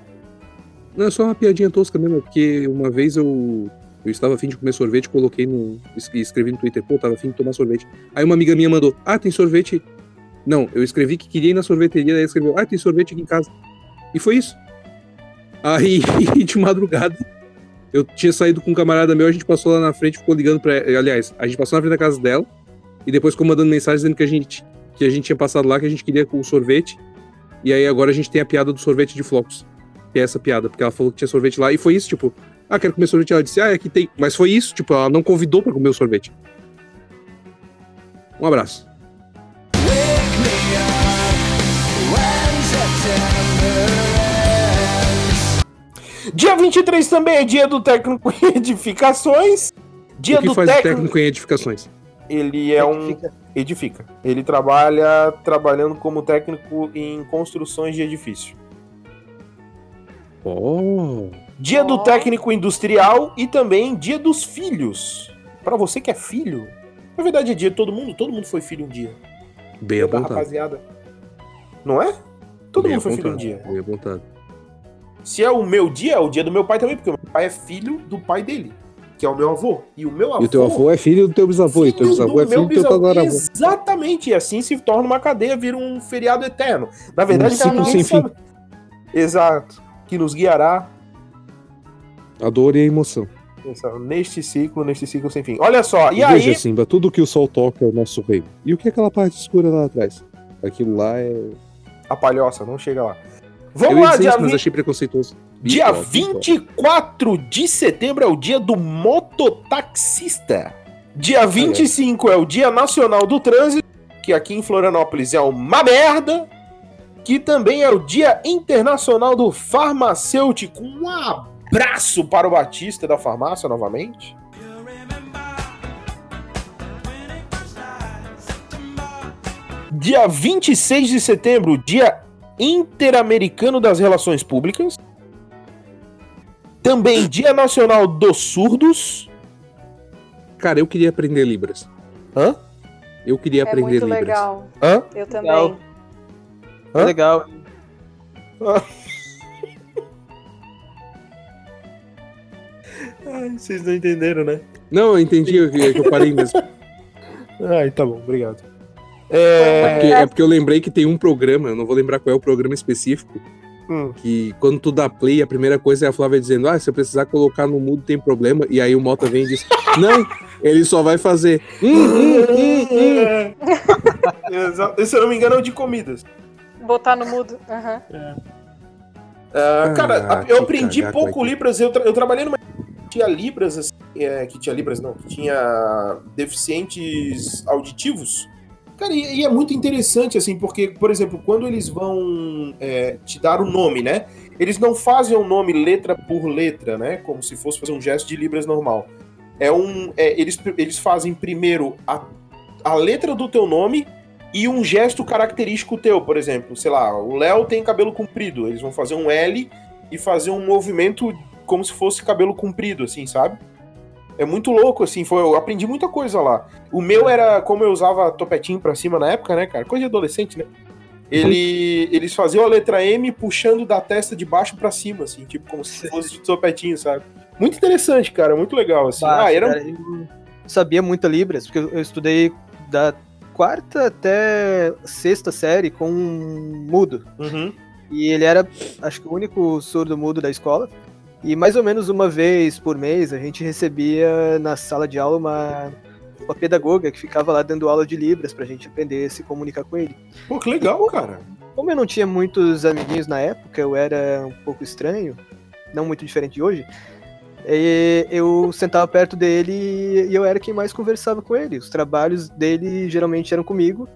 Speaker 1: Não, é só uma piadinha tosca mesmo, porque uma vez eu, eu estava afim de comer sorvete, coloquei no. es- escrevi no Twitter, pô, tava afim de tomar sorvete. Aí uma amiga minha mandou, ah, tem sorvete. Não, eu escrevi que queria ir na sorveteria, daí ela escreveu, ah, tem sorvete aqui em casa. E foi isso. Aí, (laughs) de madrugada, eu tinha saído com um camarada meu, a gente passou lá na frente, ficou ligando pra. Aliás, a gente passou na frente da casa dela e depois ficou mandando mensagem dizendo que a gente, que a gente tinha passado lá, que a gente queria o sorvete. E aí agora a gente tem a piada do sorvete de flocos que é essa piada, porque ela falou que tinha sorvete lá e foi isso, tipo, ah, quero comer sorvete. Ela disse, ah, aqui tem. Mas foi isso, tipo, ela não convidou pra comer o sorvete. Um abraço.
Speaker 2: Dia 23 também é dia do técnico em (laughs) edificações. Dia
Speaker 1: o que
Speaker 2: do
Speaker 1: faz
Speaker 2: técnico.
Speaker 1: o técnico em edificações?
Speaker 2: Ele é um.
Speaker 4: Fica-
Speaker 2: Edifica. Ele trabalha trabalhando como técnico em construções de edifício.
Speaker 1: Oh.
Speaker 2: Dia do
Speaker 5: Ó.
Speaker 2: técnico industrial e também dia dos filhos. Pra você que é filho, na verdade é dia de todo mundo, todo mundo foi filho um dia.
Speaker 1: Bem
Speaker 2: Dia da
Speaker 1: apontado.
Speaker 2: rapaziada. Não é? Tá, Todo
Speaker 1: bem
Speaker 2: mundo foi filho um
Speaker 1: apontado,
Speaker 2: dia.
Speaker 1: Bem apontado.
Speaker 2: Se é o meu dia, é o dia do meu pai também, porque o meu pai é filho do pai dele, que é o meu avô. E o meu avô
Speaker 6: E o teu avô é filho do teu bisavô, e o teu
Speaker 2: Filho
Speaker 6: bisavô é
Speaker 2: do meu
Speaker 6: filho
Speaker 1: um
Speaker 6: do teu
Speaker 2: bisavô.
Speaker 6: tataravô.
Speaker 2: Exatamente, e assim se torna uma cadeia, vira um feriado eterno.
Speaker 1: Um
Speaker 2: Na verdade,
Speaker 5: ciclo
Speaker 2: ninguém
Speaker 6: sem
Speaker 2: sabe- Exato. Que nos guiará
Speaker 6: A dor e a emoção.
Speaker 2: pensa, neste ciclo, neste ciclo sem fim. Olha só, e
Speaker 6: Veja,
Speaker 2: aí.
Speaker 6: Simba, tudo que o sol toca é o nosso reino. E o que é aquela parte escura lá atrás? Aquilo lá é.
Speaker 2: A palhoça, não chega lá.
Speaker 1: Eu
Speaker 2: Vamos
Speaker 1: ia
Speaker 2: lá,
Speaker 1: dizer
Speaker 2: dia,
Speaker 1: isso, mas é,
Speaker 2: vin-
Speaker 1: achei preconceituoso.
Speaker 2: dia
Speaker 1: Bigode,
Speaker 2: 24 de setembro é o dia do mototaxista. Dia 25 é o Dia Nacional do Trânsito, que aqui em Florianópolis é uma merda. Que também é o Dia Internacional do Farmacêutico. Um abraço para o Batista da farmácia novamente. Dia 26 de setembro, Dia Interamericano das Relações Públicas. Também Dia Nacional dos Surdos.
Speaker 1: Cara, eu queria aprender Libras.
Speaker 2: Hã?
Speaker 1: Eu queria
Speaker 5: É
Speaker 1: aprender
Speaker 5: muito
Speaker 1: Libras.
Speaker 5: legal.
Speaker 2: Hã?
Speaker 5: Eu também.
Speaker 4: Legal.
Speaker 2: Hã?
Speaker 4: Legal.
Speaker 2: Ai, vocês não entenderam, né?
Speaker 1: Não, eu entendi eu- é que eu parei
Speaker 2: (laughs)
Speaker 1: mesmo.
Speaker 2: Ai, tá bom, obrigado.
Speaker 5: (laughs)
Speaker 1: É porque,
Speaker 5: É.
Speaker 1: é porque eu lembrei que tem um programa, eu não vou lembrar qual é o programa específico,
Speaker 2: Hum.
Speaker 1: que quando tu dá play, a primeira coisa é a Flávia dizendo: Ah, se eu precisar colocar no mudo tem problema. E aí o Mota vem e diz: Não, ele só vai fazer. Hum, hum, hum, hum.
Speaker 2: (laughs) Exato. Se eu não me engano, é o de comidas.
Speaker 5: Botar no mudo. Aham.
Speaker 2: Ah, cara,
Speaker 1: Ah,
Speaker 2: eu
Speaker 1: que
Speaker 2: aprendi
Speaker 1: cagaco
Speaker 2: pouco
Speaker 1: aqui.
Speaker 2: Libras. Eu, tra- eu trabalhei numa. que Tinha Libras, assim, é, que tinha Libras, não, que tinha deficientes auditivos. Cara, e, e é muito interessante, assim, porque, por exemplo, quando eles vão é, te dar o nome, né? Eles não fazem o nome letra por letra, né? Como se fosse fazer um gesto de Libras normal. É um, é, eles, eles fazem primeiro a, a letra do teu nome e um gesto característico teu, por exemplo. Sei lá, o Léo tem cabelo comprido. Eles vão fazer um L e fazer um movimento como se fosse cabelo comprido, assim, sabe? É muito louco, assim, foi, eu aprendi muita coisa lá. O meu era como eu usava topetinho pra cima na época, né, cara? Coisa de adolescente, né? Ele, eles faziam a letra M puxando da testa de baixo pra cima, assim, tipo, como se fosse de topetinho, sabe? Muito interessante, cara, muito legal, assim.
Speaker 4: Bah,
Speaker 2: ah, era...
Speaker 4: cara, eu sabia muita Libras, porque eu eu estudei da quarta até sexta série com um mudo.
Speaker 2: Uhum.
Speaker 4: E ele era, acho que, o único surdo mudo da escola. E mais ou menos uma vez por mês a gente recebia na sala de aula uma, uma pedagoga que ficava lá dando aula de Libras pra gente aprender a se comunicar com ele.
Speaker 2: Pô, que legal, cara.
Speaker 4: Como eu não tinha muitos amiguinhos na época, eu era um pouco estranho, não muito diferente de hoje. e eu sentava perto dele e eu era quem mais conversava com ele. Os trabalhos dele geralmente eram comigo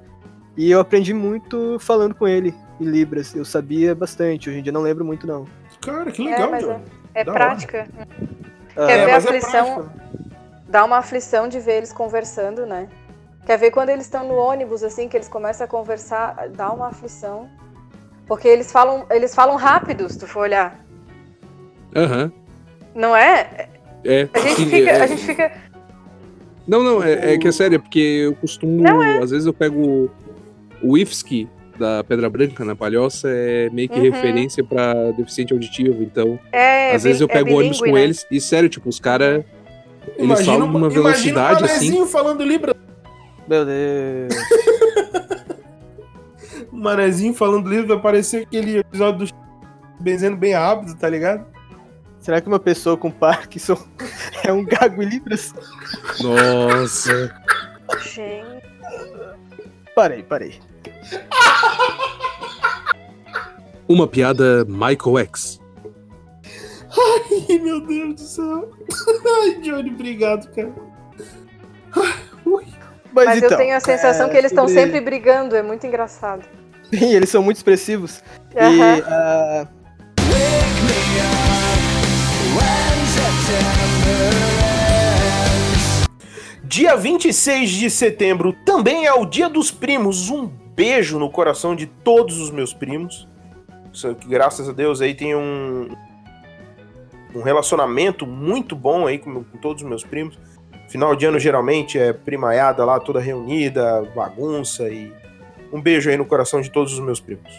Speaker 4: e eu aprendi muito falando com ele em Libras. Eu sabia bastante, hoje em dia não lembro muito não.
Speaker 2: Cara, que
Speaker 5: É,
Speaker 2: legal,
Speaker 5: mas
Speaker 2: Johnny.
Speaker 5: É
Speaker 2: Da hora.
Speaker 5: prática.
Speaker 4: Ah,
Speaker 5: Quer ver a
Speaker 2: mas é
Speaker 5: aflição? Dá uma aflição de ver eles conversando, né? Quer ver quando eles estão no ônibus, assim, que eles começam a conversar, dá uma aflição. Porque eles falam, eles falam rápido, se tu for olhar.
Speaker 1: Aham.
Speaker 5: Não é?
Speaker 1: É.
Speaker 5: A gente
Speaker 1: Sim,
Speaker 5: fica.
Speaker 1: é-
Speaker 5: A gente fica
Speaker 1: Não, não, é, é que é sério, é porque eu costumo.
Speaker 5: Não é.
Speaker 1: Às vezes eu pego o IFSC da Pedra Branca na Palhoça, é meio que
Speaker 5: Uhum.
Speaker 1: referência pra deficiente auditivo, então.
Speaker 5: é,
Speaker 1: às vezes eu
Speaker 5: bi- é
Speaker 1: pego o ônibus
Speaker 5: bilíngue,
Speaker 1: com
Speaker 5: né?
Speaker 1: eles, e sério, tipo, os caras. Eles falam
Speaker 2: uma-
Speaker 1: numa velocidade
Speaker 2: imagina um
Speaker 1: assim.
Speaker 2: manezinho falando Libras.
Speaker 4: Meu Deus.
Speaker 2: Um manezinho falando Libras, parecia aquele episódio do benzendo bem rápido, tá ligado? (laughs)
Speaker 4: Será que uma pessoa com Parkinson (laughs) é um gago em Libras?
Speaker 1: Nossa.
Speaker 5: Gente,
Speaker 4: Parei, parei.
Speaker 1: Uma piada Michael X.
Speaker 2: Ai, meu Deus do céu. (laughs) Ai, Johnny, obrigado, cara.
Speaker 4: Mas,
Speaker 5: mas
Speaker 4: então,
Speaker 5: eu tenho a sensação
Speaker 4: é,
Speaker 5: que eles estão
Speaker 4: sobre-
Speaker 5: sempre brigando, é muito engraçado.
Speaker 4: (laughs) Sim, eles são muito expressivos.
Speaker 5: Aham.
Speaker 4: E ah,
Speaker 2: Dia 26 de setembro também é o Dia dos Primos. Um beijo no coração de todos os meus primos. Só que, Graças a Deus aí tem um, um relacionamento muito bom aí com, com todos os meus primos. Final de ano geralmente é primaiada lá, toda reunida, bagunça e um beijo aí no coração de todos os meus primos.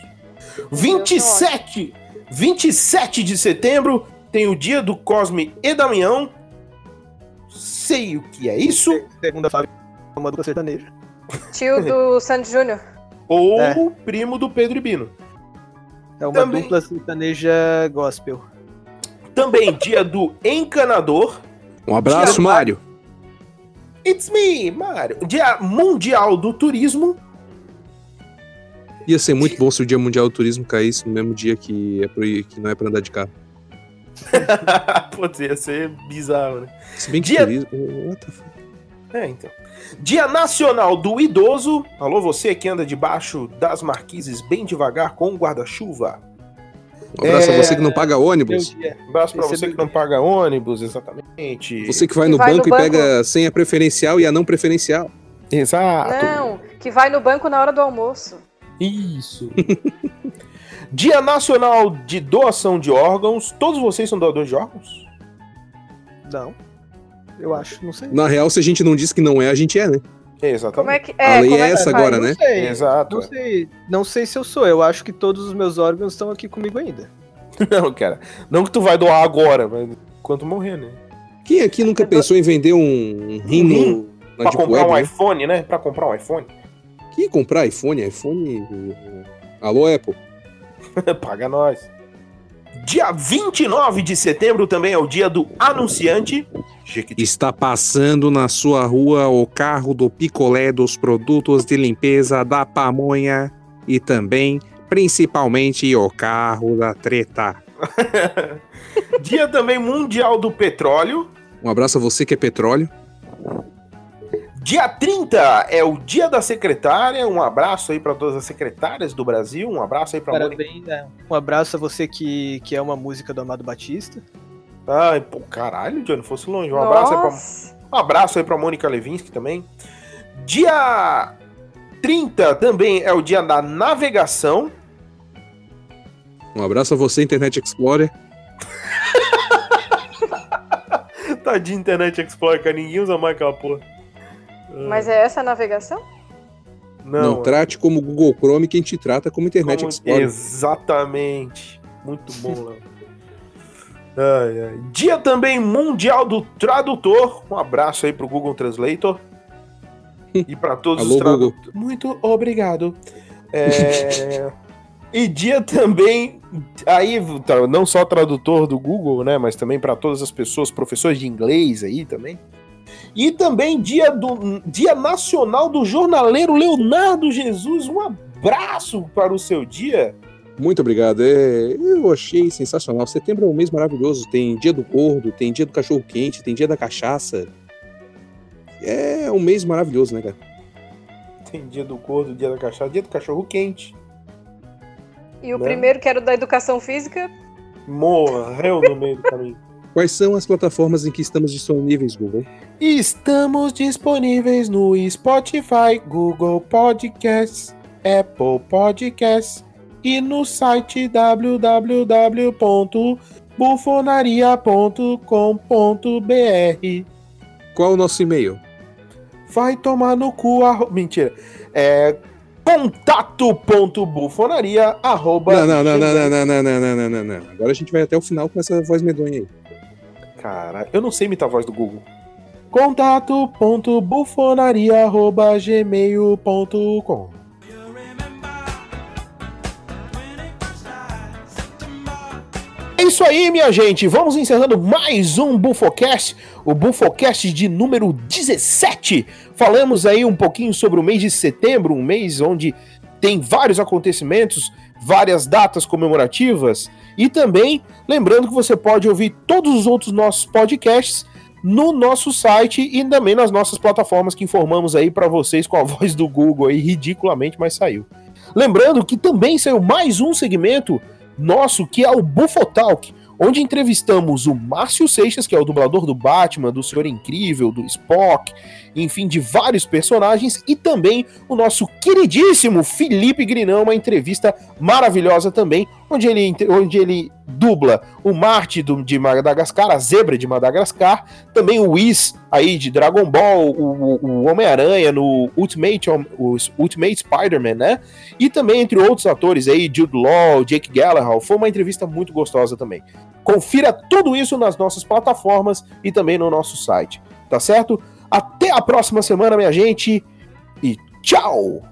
Speaker 2: 27, 27 de setembro tem o dia do Cosme e Damião. Sei o que é isso.
Speaker 4: segunda Fábio é uma dupla sertaneja.
Speaker 5: Tio do Sandy Júnior.
Speaker 2: Ou
Speaker 4: É.
Speaker 2: o primo do Pedro e Bino.
Speaker 4: É uma
Speaker 2: Também.
Speaker 4: dupla sertaneja gospel.
Speaker 2: Também dia do encanador.
Speaker 1: Um abraço,
Speaker 2: Tiago.
Speaker 1: Mário.
Speaker 2: It's me, Mário. Dia mundial do turismo. (laughs)
Speaker 1: Ia ser muito bom se o Dia Mundial do Turismo caísse no mesmo dia que, é proí- que não é pra andar de carro.
Speaker 2: Pode ia ser bizarro, né?
Speaker 1: Se bem que
Speaker 2: Dia-
Speaker 1: turismo. What the fuck?
Speaker 2: É, então. Dia nacional do idoso. Alô, você que anda debaixo das marquises bem devagar com um guarda-chuva.
Speaker 1: Um abraço
Speaker 2: É,
Speaker 1: a você que não paga ônibus.
Speaker 4: Meu
Speaker 2: Abraço pra
Speaker 4: Esse é
Speaker 2: você
Speaker 4: bem-
Speaker 2: que não paga ônibus, exatamente.
Speaker 1: Você que vai
Speaker 5: Que
Speaker 1: no
Speaker 5: vai no
Speaker 1: banco e
Speaker 5: banco.
Speaker 1: pega a senha preferencial e a não preferencial.
Speaker 2: Exato.
Speaker 5: Não, que vai no banco na hora do almoço.
Speaker 2: Isso. (laughs) Dia Nacional de Doação de Órgãos. Todos vocês são doadores de órgãos?
Speaker 4: Não. Eu acho, não sei.
Speaker 1: Na real, se a gente não diz que não é, a gente é, né?
Speaker 2: Exatamente.
Speaker 5: Como é que
Speaker 1: a
Speaker 5: é?
Speaker 1: lei
Speaker 5: Como
Speaker 1: é
Speaker 5: que
Speaker 1: essa
Speaker 5: faz?
Speaker 1: agora, né?
Speaker 4: Não sei.
Speaker 2: Exato.
Speaker 4: Não sei, não sei se eu sou. Eu acho que todos os meus órgãos estão aqui comigo ainda.
Speaker 2: (laughs) Não, cara. Não que tu vai doar agora, mas quanto morrer, né?
Speaker 1: Quem aqui nunca pensou em vender um rim no- na
Speaker 2: Pra
Speaker 1: Deep
Speaker 2: comprar
Speaker 1: Web?
Speaker 2: um
Speaker 1: né?
Speaker 2: iPhone, né? Pra comprar um iPhone. (laughs)
Speaker 1: Que comprar iPhone? iPhone. eh, Alô, Apple.
Speaker 2: Paga nós. Dia 29 de setembro também é o dia do anunciante. Jequiti.
Speaker 1: Está passando na sua rua o carro do picolé dos produtos de limpeza da pamonha e também, principalmente, o carro da treta.
Speaker 2: Dia também mundial do petróleo.
Speaker 1: Um abraço a você que é petróleo.
Speaker 2: Dia 30 é o dia da secretária. Um abraço aí pra todas as secretárias do Brasil. Um abraço aí pra Mônica.
Speaker 4: Parabéns. né? Um abraço a você que, que é uma música do Amado Batista.
Speaker 2: Ai, pô, caralho, Johnny, fosse longe. Um abraço, aí pra,
Speaker 5: Nossa.
Speaker 2: um abraço aí pra Mônica Levinsky também. Dia 30 também é o dia da navegação. (laughs)
Speaker 1: Um abraço a você, Internet Explorer.
Speaker 2: Tadinho Internet Explorer, cara. Ninguém usa mais aquela porra.
Speaker 5: Mas é essa a navegação?
Speaker 1: Não, trate como Google Chrome quem te trata como Internet
Speaker 2: é Como- um-
Speaker 1: Explorer.
Speaker 2: Exatamente. Muito bom, Léo. Ai, ai. Dia também mundial do tradutor. Um abraço aí pro Google Translator. E para todos
Speaker 1: Alô,
Speaker 2: os tradu-
Speaker 1: Google.
Speaker 2: Muito obrigado. É, (laughs) e dia também aí tá, não só tradutor do Google, né, mas também para todas as pessoas, professores de inglês aí também. E também dia do Dia Nacional do Jornaleiro Leonardo Jesus. Um abraço para o seu dia.
Speaker 1: Muito obrigado. É, eu achei sensacional. Setembro é um mês maravilhoso. Tem dia do gordo, tem dia do cachorro quente, tem dia da cachaça. É um mês maravilhoso, né, cara?
Speaker 2: Tem dia do gordo, dia da cachaça, dia do cachorro quente.
Speaker 5: E o
Speaker 2: Né?
Speaker 5: primeiro que era o da educação física?
Speaker 2: Morreu no meio do caminho.
Speaker 1: Quais são as plataformas em que estamos disponíveis, Google?
Speaker 2: Estamos disponíveis no Spotify, Google Podcasts, Apple Podcasts e no site www.bufonaria.com.br.
Speaker 1: Qual o nosso e-mail?
Speaker 2: Vai tomar no cu. Arro... Mentira. É contato.bufonaria.com.br.
Speaker 1: Não, não, não, não, não, não, não, não, não, não, não, não. Agora a gente vai até o final com essa voz medonha aí.
Speaker 2: Cara, eu não sei imitar a voz do Google. Contato.bufonaria.gmail.com É isso aí, minha gente. Vamos encerrando mais um Bufocast, o Bufocast de número 17. Falamos aí um pouquinho sobre o mês de setembro, um mês onde tem vários acontecimentos, várias datas comemorativas e também Lembrando que você pode ouvir todos os outros nossos podcasts no nosso site e também nas nossas plataformas que informamos aí pra vocês com a (laughs) voz do Google aí ridiculamente, mas saiu. Lembrando que também saiu mais um segmento nosso que é o Bufotalk, onde entrevistamos o Márcio Seixas, que é o dublador do Batman, do Senhor Incrível, do Spock, enfim, de vários personagens, e também o nosso queridíssimo Felipe Grinão, uma entrevista maravilhosa também, onde ele, inte- onde ele dubla o Marte do- de Madagascar, a Zebra de Madagascar, também o Whis aí de Dragon Ball, o, o- o Homem-Aranha no Ultimate, Hom- o Ultimate Spider-Man, né? E também entre outros atores aí, Jude Law, Jake Gyllenhaal, foi uma entrevista muito gostosa também. Confira tudo isso nas nossas plataformas e também no nosso site, tá certo? Até a próxima semana, minha gente, e tchau!